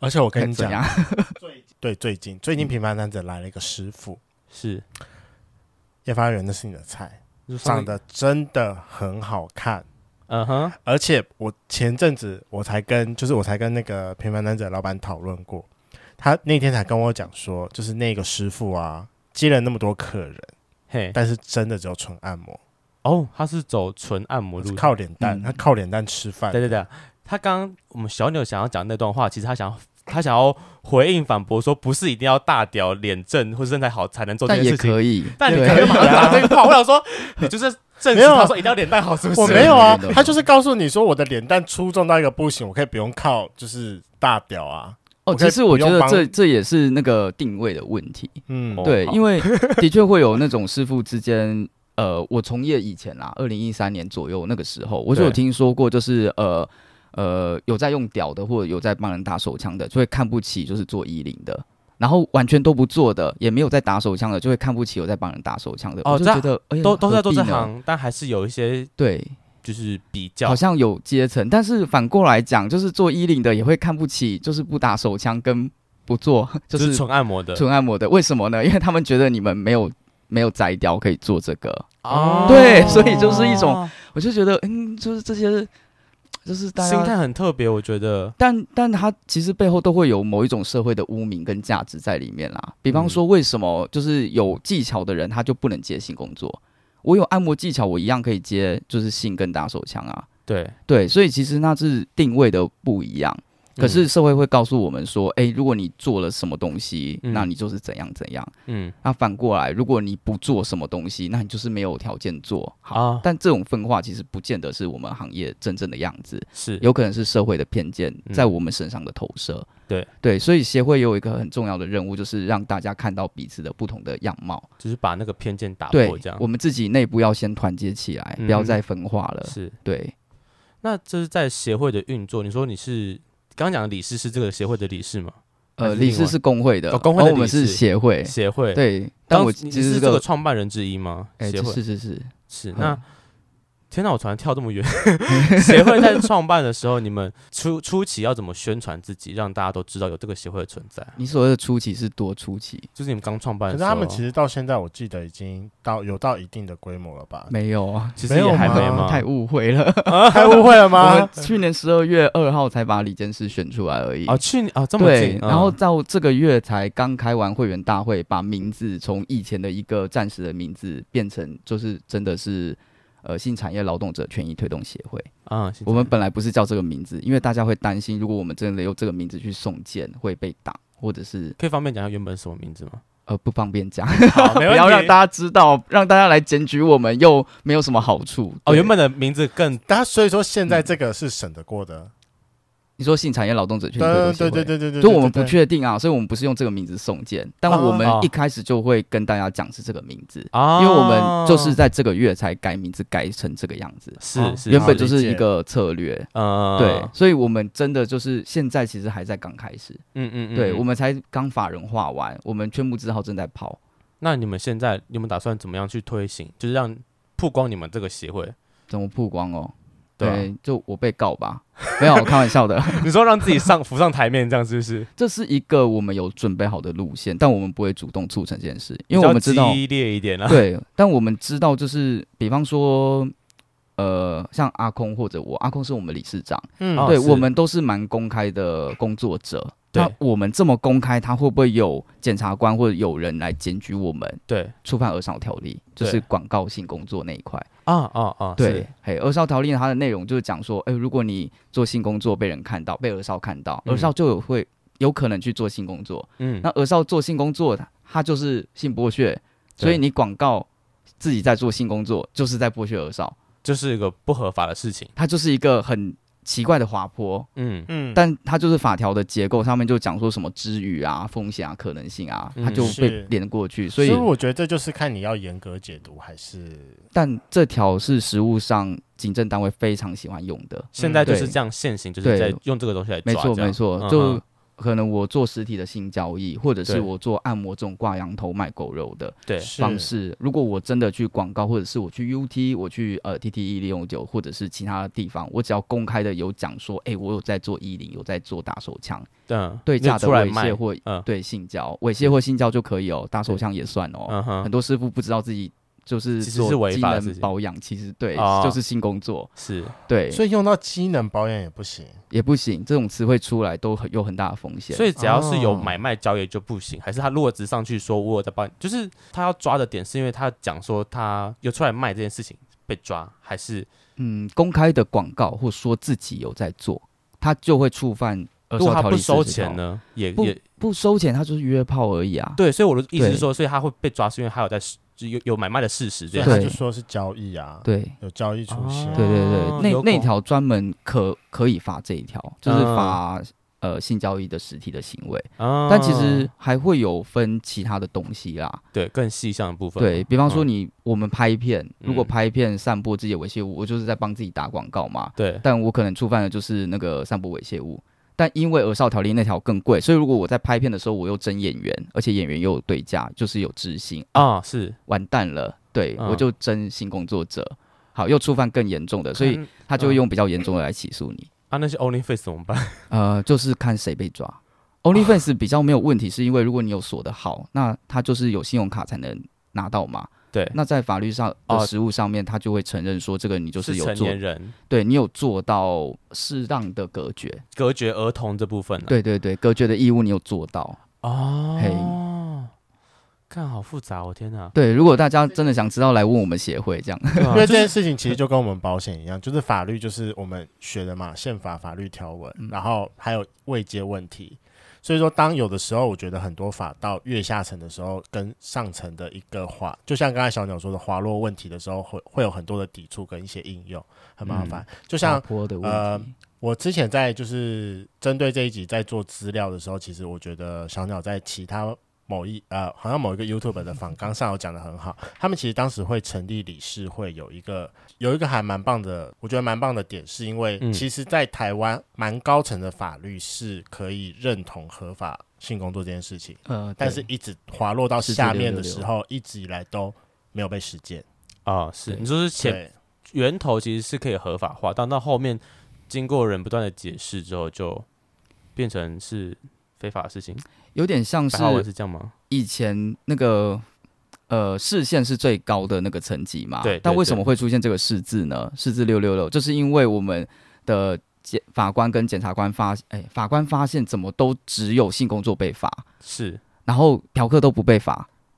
Speaker 2: 而且我跟你
Speaker 3: 哎怎
Speaker 2: 讲，
Speaker 3: 样？
Speaker 2: 对，最近最近平凡男子来了一个师傅，
Speaker 1: 是，
Speaker 2: 叶发源那是你的菜，
Speaker 1: 就上
Speaker 2: 长，得真的很好看。
Speaker 1: 嗯哼，
Speaker 2: 而且我前阵子我才跟，就是我才跟那个平凡男子的老板讨论过，他那天才跟我讲说，就是那个师傅啊，接了那么多客人，
Speaker 1: 嘿，
Speaker 2: 但是真的只有纯按摩，
Speaker 1: 哦，他是走纯按摩
Speaker 2: 我
Speaker 1: 路
Speaker 2: 是
Speaker 1: 线，
Speaker 2: 靠脸蛋，
Speaker 3: 嗯
Speaker 2: 他靠脸蛋吃饭
Speaker 3: 哎
Speaker 1: 对，对对，他刚刚我们小牛想要讲那段话，其实他想要他想要回应反驳说，不是一定要大屌、脸正或是身材好才能做这
Speaker 3: 但
Speaker 1: 件
Speaker 3: 也
Speaker 1: 事情。
Speaker 3: 可以，
Speaker 1: 但你
Speaker 3: 对
Speaker 1: 可以马上打这个 炮，我想说，你就是证
Speaker 2: 没
Speaker 1: 实
Speaker 2: 有
Speaker 1: 他说一定要脸蛋好，是不是？
Speaker 2: 我没有啊
Speaker 3: 对对，对
Speaker 2: 他就是告诉你说我的脸蛋粗壮到一个不行，我可以不用靠就是大屌啊，
Speaker 3: 哦，
Speaker 2: 我可以
Speaker 3: 其实我觉
Speaker 2: 不用
Speaker 3: 得
Speaker 2: 帮
Speaker 3: 这这也是那个定位的问题，
Speaker 2: 嗯
Speaker 1: 哦
Speaker 3: 对，
Speaker 1: 好
Speaker 3: 因为的确会有那种师傅之间，呃，我从业以前啦，二零一三年左右那个时候，我就有
Speaker 1: 对
Speaker 3: 听说过，就是呃呃有在用屌的，或者有在帮人打手枪的，就会看不起就是做衣领的。然后完全都不做的，也没有在打手枪的，就会看不起有在帮人打手枪的。
Speaker 1: 哦
Speaker 3: 我就
Speaker 1: 这样
Speaker 3: 觉得，哎呀
Speaker 1: 都都是在做这，
Speaker 3: 何必呢
Speaker 1: 行，但还是有一些
Speaker 3: 对，
Speaker 1: 就是比较
Speaker 3: 啊好，像有阶层。但是反过来讲，就是做衣领的也会看不起，就是不打手枪跟不做，就
Speaker 1: 就是
Speaker 3: 是
Speaker 1: 纯按摩的
Speaker 3: 纯按摩的，为什么呢？因为 他们觉得你们没有没有摘掉可以做这个，
Speaker 1: 哦
Speaker 3: 对所以就是一种我就觉得，嗯，就是这些，就是大
Speaker 1: 心
Speaker 3: 家，
Speaker 1: 态很特别，我觉得
Speaker 3: 但但他其实背后都会有某一种社会的污名跟价值在里面啦。比
Speaker 1: 嗯
Speaker 3: 方说，为什么就是有技巧的人他就不能接性工作？我有按摩技巧，我一样可以接，就是性跟打手枪啊。
Speaker 1: 对。
Speaker 3: 对，所以其实那是定位的不一样。可
Speaker 1: 嗯
Speaker 3: 是社会会告诉我们说，诶，如果你做了什么东西，
Speaker 1: 嗯
Speaker 3: 那你就是怎样怎样。
Speaker 1: 嗯，
Speaker 3: 那反过来，如果你不做什么东西，那你就是没有条件做好。
Speaker 1: 啊
Speaker 3: 但这种分化其实不见得是我们行业真正的样子，
Speaker 1: 是
Speaker 3: 有可能是社会的偏见
Speaker 1: 嗯
Speaker 3: 在我们身上的投射。
Speaker 1: 对
Speaker 3: 对，所以协会有一个很重要的任务，就是让大家看到彼此的不同的样貌。
Speaker 1: 就是把那个偏见打
Speaker 3: 对
Speaker 1: 破，这样，
Speaker 3: 我们自己内部要先团结起来，
Speaker 1: 嗯
Speaker 3: 不要再分化了。
Speaker 1: 是。
Speaker 3: 对，
Speaker 1: 那这是在协会的运作，你说你是刚刚讲的理事是这个协会的理事吗？还
Speaker 3: 呃，
Speaker 1: 是另
Speaker 3: 理
Speaker 1: 外
Speaker 3: 事是工会的，
Speaker 1: 哦工会的
Speaker 3: 而我们
Speaker 1: 理事
Speaker 3: 是协会。
Speaker 1: 协会，
Speaker 3: 对，
Speaker 1: 当，
Speaker 3: 但
Speaker 1: 你
Speaker 3: 我其
Speaker 1: 你
Speaker 3: 实
Speaker 1: 是
Speaker 3: 是
Speaker 1: 这个
Speaker 3: 个，
Speaker 1: 创办人之一吗？
Speaker 3: 哎，
Speaker 1: 协会
Speaker 3: 是是是，
Speaker 1: 是
Speaker 3: 嗯
Speaker 1: 那。天哪！我突然跳这么 远。协会在创办的时候，你们初初期要怎么宣传自己，让大家都知道有这个协会的存在？
Speaker 3: 你所谓的初期是多初期？
Speaker 1: 就是你们刚创办
Speaker 2: 可
Speaker 1: 的时
Speaker 2: 是
Speaker 1: 候，
Speaker 2: 他们其实到现在，我记得已经到有到一定的规模了吧？
Speaker 3: 没有啊，
Speaker 1: 其
Speaker 2: 没
Speaker 1: 实
Speaker 2: 有
Speaker 1: 也还
Speaker 2: 吗
Speaker 1: 没吗？
Speaker 3: 太误会了。
Speaker 2: 太误会了
Speaker 3: 我
Speaker 2: 吗
Speaker 3: 们？去年十二月二号才把李监事选出来而已。
Speaker 1: 啊，去年啊这么
Speaker 3: 对
Speaker 1: 近，，
Speaker 3: 然后
Speaker 1: 嗯
Speaker 3: 到这个月才刚开完会员大会，把名字从以前的一个暂时的名字变成，就是真的是呃性产业劳动者权益推动协会。
Speaker 1: 啊，现在
Speaker 3: 我们本来不是叫这个名字，因为大家会担心，如果我们真的用这个名字去送件，会被打，或者是
Speaker 1: 可以方便讲一下原本是什么名字吗？
Speaker 3: 呃不方便讲，
Speaker 2: 好，没
Speaker 3: 不
Speaker 2: 问题
Speaker 3: 要让大家知道，让大家来检举我们又没有什么好处。
Speaker 1: 哦，
Speaker 3: 对
Speaker 1: 原本的名字更
Speaker 2: 他所以说现在这个是审得过的，
Speaker 3: 你说性产业劳动者权益
Speaker 2: 对
Speaker 3: 推动协
Speaker 2: 对
Speaker 3: 会，
Speaker 2: 对对对对，
Speaker 3: 所以我们不
Speaker 2: 对，
Speaker 3: 确定啊，所以我们不是用这个名字送件，但
Speaker 2: 哦
Speaker 3: 我们
Speaker 1: 哦
Speaker 3: 一开始就会跟大家讲是这个名字，
Speaker 1: 啊，
Speaker 3: 因为我们就是在这个月才改名字，改成这个样子，
Speaker 1: 是
Speaker 2: 哦
Speaker 1: 是
Speaker 3: 原本
Speaker 1: 是
Speaker 3: 就是一个策略。
Speaker 1: 嗯
Speaker 3: 对，所以我们真的就是现在其实还在刚开始，
Speaker 1: 嗯嗯嗯，
Speaker 3: 对
Speaker 1: 嗯
Speaker 3: 我们才刚法人化完，我们圈募之号正在跑。
Speaker 1: 那你们现在你们打算怎么样去推行？就是让曝光你们这个协会，
Speaker 3: 怎么曝光哦？
Speaker 1: 对啊、
Speaker 3: 对，就我被告吧， 没有，我开玩笑的。
Speaker 1: 你说让自己上浮上台面，这样是不是？
Speaker 3: 这是一个我们有准备好的路线，但我们不会主动促成这件事，因为我们知道
Speaker 1: 啊比较激烈一点了、
Speaker 3: 对，但我们知道，就是比方说，呃，像阿空或者我，阿空是我们理事长，
Speaker 2: 嗯
Speaker 1: 哦
Speaker 3: 对
Speaker 1: 是
Speaker 3: 我们都是蛮公开的工作者。
Speaker 1: 对
Speaker 3: 那我们这么公开，他会不会有检察官或者有人来检举我们
Speaker 1: 对
Speaker 3: 触犯《儿少条例》？就
Speaker 1: 对
Speaker 3: 是广告性工作那一块。
Speaker 1: 啊啊啊，
Speaker 3: 对
Speaker 1: 是，
Speaker 3: 嘿，儿少条例它的内容就是讲说，哎、如果你做性工作被人看到，被儿少看到，
Speaker 1: 嗯
Speaker 3: 儿少就有会有可能去做性工作。
Speaker 1: 嗯
Speaker 3: 那儿少做性工作，他就是性剥削，所以
Speaker 1: 对
Speaker 3: 你广告自己在做性工作，就是在剥削儿少，
Speaker 1: 就是一个不合法的事情，
Speaker 3: 它就是一个很奇怪的滑坡。
Speaker 1: 嗯
Speaker 2: 嗯，
Speaker 3: 但它就是法条的结构上面就讲说什么之余啊、风险啊、可能性啊，
Speaker 1: 嗯
Speaker 3: 它就被
Speaker 2: 是
Speaker 3: 连过去。
Speaker 2: 所
Speaker 3: 所以
Speaker 2: 以，我觉得这就是看你要严格解读还是
Speaker 3: 但这条是实务上警政单位非常喜欢用的。
Speaker 1: 现在就是
Speaker 3: 对
Speaker 1: 这样现行，就是
Speaker 3: 对
Speaker 1: 在用这个东西来抓
Speaker 3: 没
Speaker 1: 这样，
Speaker 3: 错，没错，
Speaker 1: 嗯
Speaker 3: 就
Speaker 1: 哼
Speaker 3: 可能我做实体的性交易，或者是
Speaker 1: 对
Speaker 3: 我做按摩这种挂羊头卖狗肉的
Speaker 1: 对
Speaker 2: 方
Speaker 3: 方式。如果我真的去广告，或者是我去 UT，我去呃 TTE 利用酒，或者是其他的地方，我只要公开的有讲说，哎、我有在做衣领，有在做打手枪，
Speaker 1: 嗯
Speaker 3: 对
Speaker 1: 你
Speaker 3: 价的
Speaker 1: 出来
Speaker 3: 猥
Speaker 1: 卖
Speaker 3: 亵，或
Speaker 1: 嗯
Speaker 3: 对性交，猥亵或性交就可以哦，打手枪也算哦。
Speaker 1: 嗯
Speaker 3: 很
Speaker 1: 哼，
Speaker 3: 多师傅不知道自己就是
Speaker 1: 其实
Speaker 3: 做
Speaker 1: 是违
Speaker 3: 机
Speaker 1: 法的事
Speaker 3: 能
Speaker 1: 情
Speaker 3: 保养，其实对，
Speaker 1: 哦
Speaker 3: 就是性工作，
Speaker 1: 是
Speaker 3: 对，
Speaker 2: 所以用到机能保养也不行。
Speaker 3: 也不行。这种词汇出来都很有很大的风险。
Speaker 1: 所以只要是有
Speaker 2: 哦
Speaker 1: 买卖交易就不行，还是他如果只上去说我有在帮你，就是他要抓的点是因为他讲说他有出来卖这件事情被抓，还是
Speaker 3: 嗯，公开的广告或说自己有在做，他就会触犯。
Speaker 1: 如果他不收钱？呢，也
Speaker 3: 不
Speaker 1: 也
Speaker 3: 不收钱，他就是约炮而已啊。
Speaker 1: 对，所以我的意思是
Speaker 3: 对
Speaker 1: 说，所以他会被抓是因为他有在就有有买卖的事实这
Speaker 2: 所以
Speaker 1: 样
Speaker 2: 他
Speaker 1: 子，
Speaker 3: 对
Speaker 2: 就说是交易啊，，
Speaker 3: 对
Speaker 2: 有交易出现。啊
Speaker 1: 哦
Speaker 3: 对对
Speaker 1: 哦
Speaker 3: 对，
Speaker 1: 有
Speaker 3: 那那
Speaker 1: 广
Speaker 3: 条专门可可以罚这一条，就是
Speaker 1: 嗯
Speaker 3: 罚、呃性交易的实体的行为。
Speaker 1: 啊
Speaker 3: 但其实还会有分其他的东西啦。
Speaker 1: 对更细项的部分，
Speaker 3: 对比方说
Speaker 1: 嗯
Speaker 3: 你，我们拍片，如果
Speaker 1: 嗯
Speaker 3: 拍片散播自己的猥亵物，我就是在帮自己打广告嘛。
Speaker 1: 对
Speaker 3: 但我可能触犯的就是那个散播猥亵物。但因为《儿少条例》那条更贵，所以如果我在拍片的时候我又争演员，而且演员又有对价，就是有知心，
Speaker 1: 啊是，
Speaker 3: 完蛋了，对、
Speaker 1: 嗯
Speaker 3: 我就争性工作者，好又触犯更严重的，所以
Speaker 1: 看
Speaker 3: 他就会用比较严重的来起诉你。
Speaker 1: 嗯啊那些 OnlyFans 怎么办？
Speaker 3: 呃，就是看谁被抓。OnlyFans 比较没有问题，是因为如果你有锁的好，那他就是有信用卡才能拿到嘛。
Speaker 1: 对，
Speaker 3: 那在法律上、
Speaker 1: 哦
Speaker 3: 呃、实务上面，他就会承认说这个你就是有
Speaker 1: 成
Speaker 3: 做，
Speaker 1: 年人
Speaker 3: 对你有做到适当的隔绝。
Speaker 1: 隔绝儿童这部分呢，
Speaker 3: 对对对，隔绝的义务你有做到。
Speaker 1: 哦，看好复杂哦，我天 哪！
Speaker 3: 对，如果大家真的想知道，来问我们协会这样。
Speaker 1: 对啊
Speaker 2: 因为
Speaker 1: 就
Speaker 2: 这件事情其实就跟我们保险一样，就是法律就是我们学的嘛，宪法法律条文，然后还有未接问题。所以说，当有的时候，我觉得很多法到越下层的时候，跟上层的一个滑，就像刚才小鸟说的滑落问题的时候，会会有很多的抵触跟一些应用，很麻烦。就像
Speaker 3: 坡的问
Speaker 2: 呃
Speaker 3: 题，
Speaker 2: 我之前在就是针对这一集在做资料的时候，其实我觉得小鸟在其他某一呃，好像某一个 YouTube 的访纲上有讲的很好，他们其实当时会成立理事会，有一个有一个还蛮棒的，我觉得蛮棒的点，是因为
Speaker 1: 嗯
Speaker 2: 其实，在台湾蛮高层的法律是可以认同合法性工作这件事情，
Speaker 3: 呃，
Speaker 2: 但
Speaker 3: 对
Speaker 2: 是一直滑落到
Speaker 3: 是
Speaker 2: 下面的
Speaker 3: 666
Speaker 2: 时候，一直以来都没有被实践。
Speaker 1: 啊是，
Speaker 3: 对
Speaker 1: 你说是前
Speaker 2: 对，
Speaker 1: 源头其实是可以合法化，但到后面经过人不断的解释之后，就变成是非法的事情。
Speaker 3: 有点像
Speaker 1: 白
Speaker 3: 是
Speaker 1: 话文是这样吗？
Speaker 3: 以前那个呃视线是最高的那个层级嘛，
Speaker 1: 对对
Speaker 3: 但为什么会出现这个“四字呢？“四字六六六”就是因为我们的检法官跟检察官发，哎，法官发现怎么都只有性工作被罚，
Speaker 1: 是，
Speaker 3: 然后嫖客都不被罚，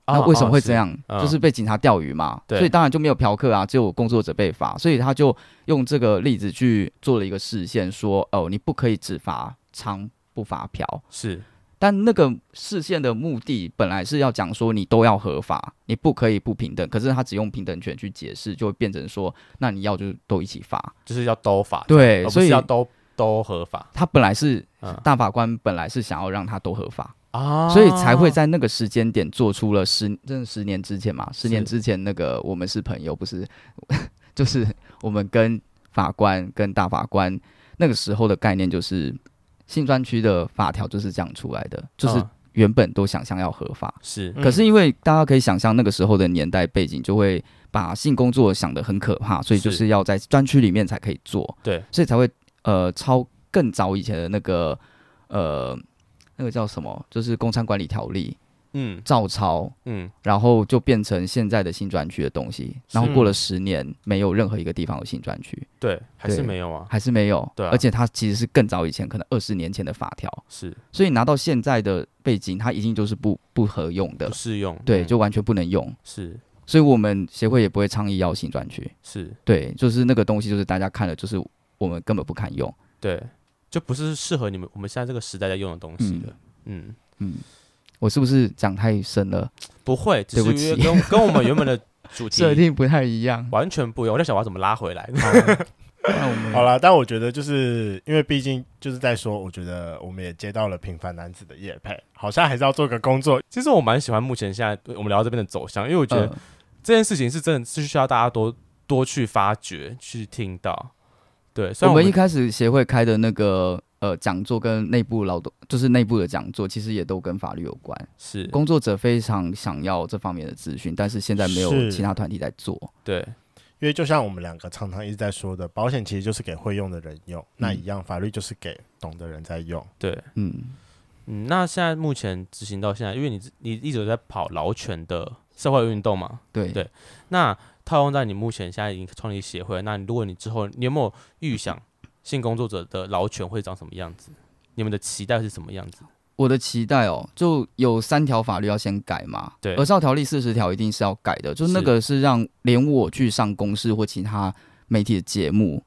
Speaker 1: 啊
Speaker 3: 那为什么会这？
Speaker 1: 啊
Speaker 3: 样？
Speaker 1: 嗯
Speaker 3: 就是被警察钓鱼嘛，
Speaker 1: 对
Speaker 3: 所以当然就没有嫖客啊，只有工作者被罚，所以他就用这个例子去做了一个视线，说哦，你不可以只罚娼不罚嫖，
Speaker 1: 是是
Speaker 3: 但那个视线的目的本来是要讲说你都要合法，你不可以不平等，可是他只用平等权去解释，就会变成说那你要就都一起罚，
Speaker 1: 就是要都法，而
Speaker 3: 对，
Speaker 1: 不
Speaker 3: 所
Speaker 1: 是
Speaker 3: 以
Speaker 1: 要都都合法
Speaker 3: 他本来是
Speaker 1: 嗯
Speaker 3: 大法官本来是想要让他都合法，
Speaker 1: 啊
Speaker 3: 所以才会在那个时间点做出了十，真的十年之前嘛，十年
Speaker 1: 是
Speaker 3: 之前那个我们是朋友，不是， 就是我们跟法官跟大法官那个时候的概念就是，性专区的法条就是这样出来的，就是
Speaker 1: 嗯
Speaker 3: 原本都想象要合法，
Speaker 1: 是
Speaker 2: 嗯
Speaker 3: 可是因为大家可以想象那个时候的年代背景，就会把性工作想得很可怕，所以就是是要在专区里面才可以做，
Speaker 1: 对，
Speaker 3: 所以才会呃超更早以前的那个呃那个叫什么，就是《工商管理条例》，
Speaker 1: 嗯
Speaker 3: 照抄，
Speaker 1: 嗯，
Speaker 3: 然后就变成现在的新专区的东西。然后过了十年，没有任何一个地方有新专区，
Speaker 1: 对，还是
Speaker 3: 对
Speaker 1: 没有啊，
Speaker 3: 还是没有。
Speaker 1: 对啊
Speaker 3: 而且它其实是更早以前，可能二十年前的法条，
Speaker 1: 是
Speaker 3: 所以拿到现在的背景，它已经就是不不合用的
Speaker 1: 不，适用，
Speaker 3: 对，
Speaker 1: 嗯
Speaker 3: 就完全不能用。
Speaker 1: 是
Speaker 3: 所以我们协会也不会倡议要新专区，
Speaker 1: 是，
Speaker 3: 对，就是那个东西，就是大家看了，就是我们根本不堪用。
Speaker 1: 对，就不是适合你们我们现在这个时代在用的东西的，嗯。
Speaker 3: 嗯，我是不是讲太深了？
Speaker 1: 不会，只
Speaker 3: 对
Speaker 1: 是
Speaker 3: 不
Speaker 1: 因为
Speaker 3: 起
Speaker 1: 跟跟我们原本的 主
Speaker 3: 设
Speaker 1: 题
Speaker 3: 定哦不太一样。
Speaker 1: 完全不一样。我在想我要怎么拉回来。
Speaker 3: 不然我们
Speaker 2: 好啦，但我觉得就是因为毕竟就是在说，我觉得我们也接到了平凡男子的业配，好像还是要做个工作。
Speaker 1: 其实我蛮喜欢目前现在我们聊到这边的走向，因为我觉得
Speaker 3: 呃
Speaker 1: 这件事情是真的是需要大家多多去发掘、去听到。对，虽
Speaker 3: 我
Speaker 1: 然我
Speaker 3: 们一
Speaker 1: 们
Speaker 3: 开始协会开的那个呃讲座跟内部劳动，就是内部的讲座，其实也都跟法律有关。
Speaker 1: 是
Speaker 3: 工作者非常想要这方面的资讯，但是现在没有
Speaker 2: 是
Speaker 3: 其他团体在做。
Speaker 1: 对
Speaker 2: 因为就像我们两个常常一直在说的，保险其实就是给会用的人用，那一样法律就是给懂的人在 用。
Speaker 1: 对，
Speaker 3: 嗯，
Speaker 1: 嗯，那现在目前执行到现在，因为你你一直有在跑劳权的社会运动嘛，
Speaker 3: 对
Speaker 1: 对那套用在你目前现在已经创立协会，那如果你之后你有没有预想性工作者的劳权会长什么样子？你们的期待是什么样子？
Speaker 3: 我的期待哦，就有三条法律要先改嘛。
Speaker 1: 对
Speaker 3: 而少条例四十条一定是要改的，就是那
Speaker 1: 是
Speaker 3: 个是让连我去上公视或其他媒体的节目，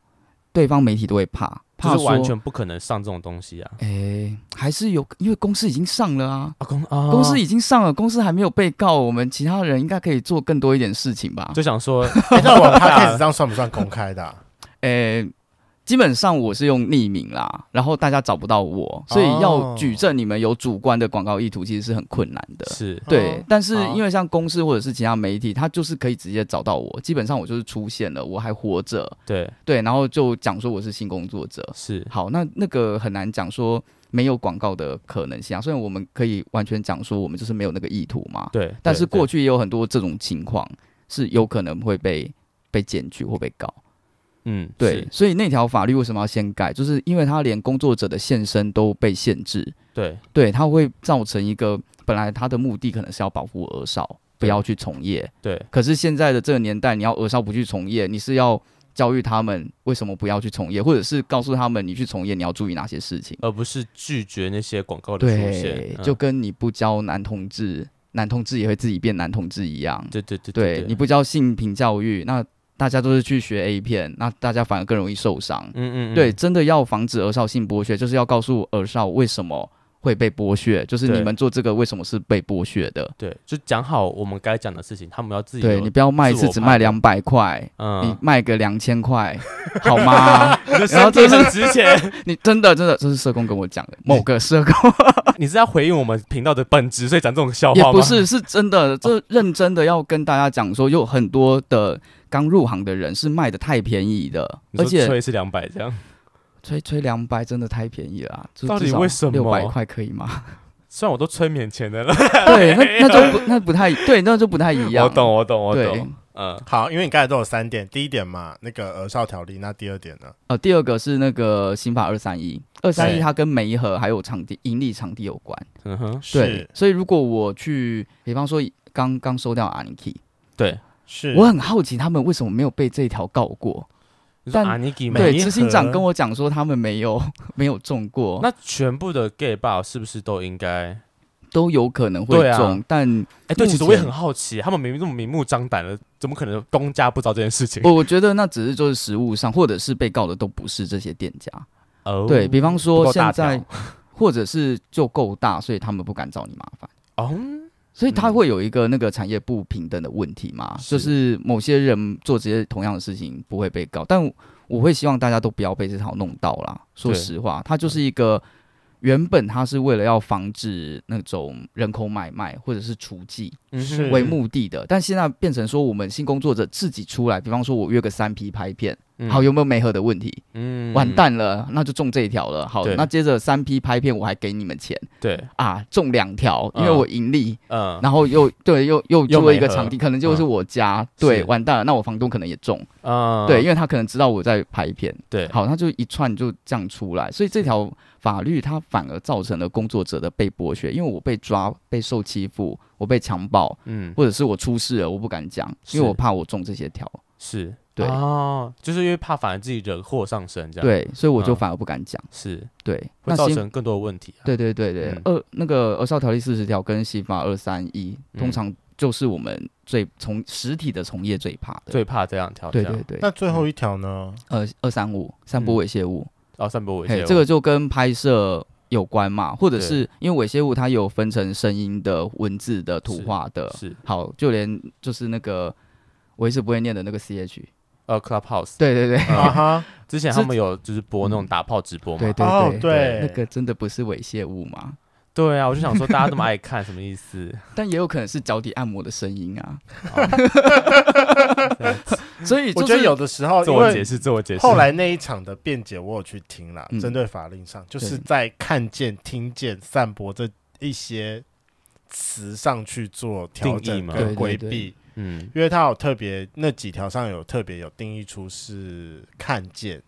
Speaker 3: 对方媒体都会怕，怕
Speaker 1: 就是完
Speaker 3: 说
Speaker 1: 全不可能上这种东西啊！
Speaker 3: 哎、还是有，因为公司已经上了啊，
Speaker 1: 啊公啊
Speaker 3: 公司已经上了，公司还没有被告，我们其他人应该可以做更多一点事情吧？
Speaker 1: 就想说，
Speaker 2: 诶那我 podcast 上算不算公开的啊、
Speaker 3: 哎、基本上我是用匿名啦，然后大家找不到我，所以要
Speaker 2: 哦
Speaker 3: 举证你们有主观的广告意图，其实是很困难的。
Speaker 1: 是
Speaker 3: 对
Speaker 2: 哦，
Speaker 3: 但是
Speaker 2: 好
Speaker 3: 因为像公司或者是其他媒体，他就是可以直接找到我，基本上我就是出现了，我还活着，
Speaker 1: 对
Speaker 3: 对，然后就讲说我是性工作者，
Speaker 1: 是
Speaker 3: 好，那那个很难讲说没有广告的可能性啊。虽然我们可以完全讲说我们就是没有那个意图嘛，
Speaker 1: 对，
Speaker 3: 但是过
Speaker 1: 去
Speaker 3: 去也有很多这种情况是有可能会被被检举或被告。
Speaker 1: 嗯
Speaker 3: 对
Speaker 1: 是，
Speaker 3: 所以那条法律为什么要先改？就是因为它连工作者的现身都被限制，
Speaker 1: 对
Speaker 3: 对，它会造成一个本来它的目的可能是要保护儿少不
Speaker 1: 对
Speaker 3: 要去从业，
Speaker 1: 对
Speaker 3: 可是现在的这个年代，你要儿少不去从业，你是要。教育他们为什么不要去从业，或者是告诉他们你去从业你要注意哪些事情。
Speaker 1: 而不是拒绝那些广告的出
Speaker 3: 对
Speaker 1: 现，，嗯
Speaker 3: 就跟你不教男同志，男同志也会自己变男同志一样。
Speaker 1: 对对对
Speaker 3: 对，你不教性平教育，那大家都是去学 A 片，那大家反而更容易受伤。
Speaker 1: 嗯嗯嗯
Speaker 3: 对，真的要防止儿少性剥削，就是要告诉儿少为什么会被剥削，就是
Speaker 1: 对
Speaker 3: 你们做这个为什么是被剥削的。
Speaker 1: 对，就讲好我们该讲的事情，他们要自己
Speaker 3: 对
Speaker 1: 有
Speaker 3: 你不要卖一次只卖
Speaker 1: 自我
Speaker 3: 两百块，你
Speaker 1: 嗯，
Speaker 3: 卖个两千块，好吗？
Speaker 1: 然
Speaker 3: 然
Speaker 1: 后
Speaker 3: 后
Speaker 1: 这
Speaker 3: 这
Speaker 1: 是
Speaker 3: 是
Speaker 1: 值钱，
Speaker 3: 你真的真的，这是社工跟我讲的，某个 社工。
Speaker 1: 你是在回应我们频道的本质，所以讲这种笑
Speaker 3: 也
Speaker 1: 话吗？
Speaker 3: 不是，是真的，这认真的要跟大家讲说，有很多的刚入行的人是卖的太便宜的，
Speaker 1: 你
Speaker 3: 而
Speaker 1: 说
Speaker 3: 且
Speaker 1: 吹是两百这样，
Speaker 3: 吹吹两百真的太便宜了啊、就
Speaker 1: 到底
Speaker 3: 至少
Speaker 1: 为什么
Speaker 3: 六百块可以吗？
Speaker 1: 虽然我都催免钱的了，
Speaker 3: 对，那那就不那不太对，那就不太一样。
Speaker 1: 我懂我懂我
Speaker 3: 对
Speaker 1: 懂，，嗯
Speaker 2: 好，因为你刚才都有三点，第一点嘛，那个儿少条例，那第二点呢？
Speaker 3: 呃，第二个是那个刑法二三一，二三一
Speaker 2: 对
Speaker 3: 它跟每一盒还有场地盈利场地有关。
Speaker 1: 嗯哼，
Speaker 3: 对
Speaker 2: 是，
Speaker 3: 所以如果我去，比方说刚刚收掉 Aniki，
Speaker 1: 对，
Speaker 2: 是，
Speaker 3: 我很好奇他们为什么没有被这条告过。
Speaker 1: 你说
Speaker 3: 但
Speaker 1: 阿尼基
Speaker 2: 每
Speaker 3: 对，
Speaker 2: 一
Speaker 3: 执行长
Speaker 2: 盒
Speaker 3: 跟我讲说他们没有 没有中过，
Speaker 1: 那全部的 gay bar 是不是都应该？
Speaker 3: 都有可能会
Speaker 1: 对啊
Speaker 3: 中，但
Speaker 1: 哎、对，
Speaker 3: 目
Speaker 1: 其实我也
Speaker 3: 前
Speaker 1: 很好奇，他们明明这么明目张胆的，怎么可能公家不知道这件事情？
Speaker 3: 我我觉得那只是就是实物上，或者是被告的都不是这些店家。
Speaker 1: 哦
Speaker 3: 对比方
Speaker 1: 不
Speaker 3: 说
Speaker 1: 够大
Speaker 3: 现在
Speaker 1: 条，
Speaker 3: 或者是就够大，所以他们不敢找你麻烦。
Speaker 1: 哦，
Speaker 3: 所以他
Speaker 1: 嗯
Speaker 3: 会有一个那个产业不平等的问题嘛，
Speaker 1: 是
Speaker 3: 就是某些人做这些同样的事情不会被告，但我会希望大家都不要被这套弄到啦。说
Speaker 1: 对嗯
Speaker 3: 实话，它就是一个原本它是为了要防止那种人口买卖或者是除妓，
Speaker 1: 嗯
Speaker 2: 是
Speaker 1: 哼
Speaker 3: 为目的的，但现在变成说我们性工作者自己出来，比方说我约个三批拍片，
Speaker 1: 嗯
Speaker 3: 好，有没有媒合的问题？
Speaker 1: 嗯
Speaker 3: 完，蛋了，那就中这一条了。好
Speaker 1: 对，
Speaker 3: 那接着三 P 拍片，我还给你们钱
Speaker 1: 对，
Speaker 3: 啊，中两条，因为
Speaker 1: 嗯
Speaker 3: 我盈利，
Speaker 1: 嗯
Speaker 3: 然后又对又又
Speaker 1: 又
Speaker 3: 租了一
Speaker 1: 媒
Speaker 3: 个
Speaker 1: 合
Speaker 3: 场地，可能就是
Speaker 1: 嗯
Speaker 3: 我家，对，
Speaker 1: 是
Speaker 3: 完蛋了，那我房东可能也中，
Speaker 1: 嗯，
Speaker 3: 对，因为他可能知道我在拍片，
Speaker 1: 对，
Speaker 3: 好，他就一串就这样出来，所以这条法律它反而造成了工作者的被剥削，因为我被抓、被受欺负、我被强暴，
Speaker 1: 嗯，
Speaker 3: 或者是我出事了，我不敢讲，因为我
Speaker 1: 是
Speaker 3: 怕我中这些条，
Speaker 1: 是，
Speaker 3: 对
Speaker 1: 哦，就是因为怕反而自己惹祸上身，这样，，
Speaker 3: 对，所以我就
Speaker 1: 嗯
Speaker 3: 反而不敢讲，
Speaker 1: 是
Speaker 3: 对，
Speaker 1: 会
Speaker 3: 那
Speaker 1: 造
Speaker 3: 新
Speaker 1: 成更多的问题啊。
Speaker 3: 对对对对，
Speaker 1: 嗯
Speaker 3: 二那个《儿少条例》四十条跟刑法二三一，通
Speaker 1: 嗯
Speaker 3: 常就是我们最从实体的从业最怕的。
Speaker 1: 最怕这两条，
Speaker 3: 对
Speaker 1: 这样
Speaker 3: 对对，
Speaker 2: 那最后一条呢？
Speaker 3: 呃，二三五散播
Speaker 1: 嗯
Speaker 3: 猥亵物，
Speaker 1: 哦，散播猥
Speaker 3: 嘿
Speaker 1: 亵，
Speaker 3: 这个就跟拍摄有关嘛，或者
Speaker 1: 对
Speaker 3: 是因为猥亵物它有分成声音的、文字的、图
Speaker 1: 是
Speaker 3: 画的，
Speaker 1: 是
Speaker 3: 好，就连就是那个我一直不会念的那个 CH，
Speaker 1: 呃 Clubhouse，
Speaker 3: 对对对
Speaker 2: 啊
Speaker 1: 嗯
Speaker 2: 哈，
Speaker 1: 之前他
Speaker 3: 这
Speaker 1: 们有就是播那种打炮直播嘛，
Speaker 3: 对 对
Speaker 2: 哦
Speaker 3: 对，
Speaker 2: 对，
Speaker 3: 那个真的不是猥亵物嘛？
Speaker 1: 对啊，我就想说大家那么爱看，什么意 思？
Speaker 3: 但也有可能是脚底按摩的声音啊，
Speaker 1: 哦
Speaker 3: 所以
Speaker 2: 我
Speaker 3: 就
Speaker 2: 觉得
Speaker 3: 是
Speaker 2: 有的时候
Speaker 1: 自
Speaker 2: 因
Speaker 1: 我解
Speaker 2: 为。
Speaker 1: 释，自我解释。
Speaker 2: 后来那一场的辩解，我有去听啦
Speaker 3: 嗯，
Speaker 2: 针对法令上，就是
Speaker 3: 对
Speaker 2: 在看见、听见、散播这一些词上去做调
Speaker 1: 定义
Speaker 2: 整
Speaker 1: 嘛
Speaker 2: 跟
Speaker 3: 对
Speaker 2: 规
Speaker 3: 对
Speaker 2: 避，
Speaker 1: 嗯，
Speaker 2: 因为它有特别那几条上有特别有定义出是看见、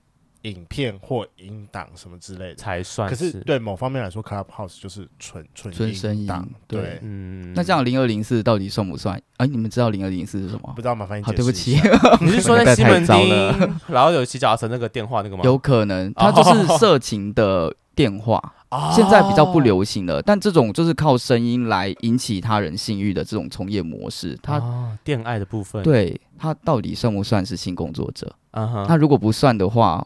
Speaker 2: 影片或音档什么之类的。
Speaker 1: 才算
Speaker 2: 可是对某方面来说，Clubhouse 就是纯纯
Speaker 3: 纯声音
Speaker 2: 档，
Speaker 3: 对
Speaker 2: 对，
Speaker 1: 嗯，
Speaker 3: 那这样零二零四到底算不算？哎，你们知道零二零四是什么
Speaker 2: 不？知道麻烦你
Speaker 3: 好，
Speaker 2: 解
Speaker 3: 对不
Speaker 2: 释一
Speaker 3: 起
Speaker 2: 下。，
Speaker 1: 你是 说在西
Speaker 3: 太
Speaker 1: 门
Speaker 3: 糟了
Speaker 1: 町，然后有骑脚踏车那个电话那个吗？
Speaker 3: 有可能它就是色情的电话，
Speaker 1: 哦，
Speaker 3: 现在比较不流行了。但这种就是靠声音来引起他人性欲的这种从业模式，它
Speaker 1: 哦恋爱的部分，，
Speaker 3: 对它到底算不算是性工作者？
Speaker 1: 嗯
Speaker 3: 那
Speaker 1: 哼，
Speaker 3: 如果不算的话，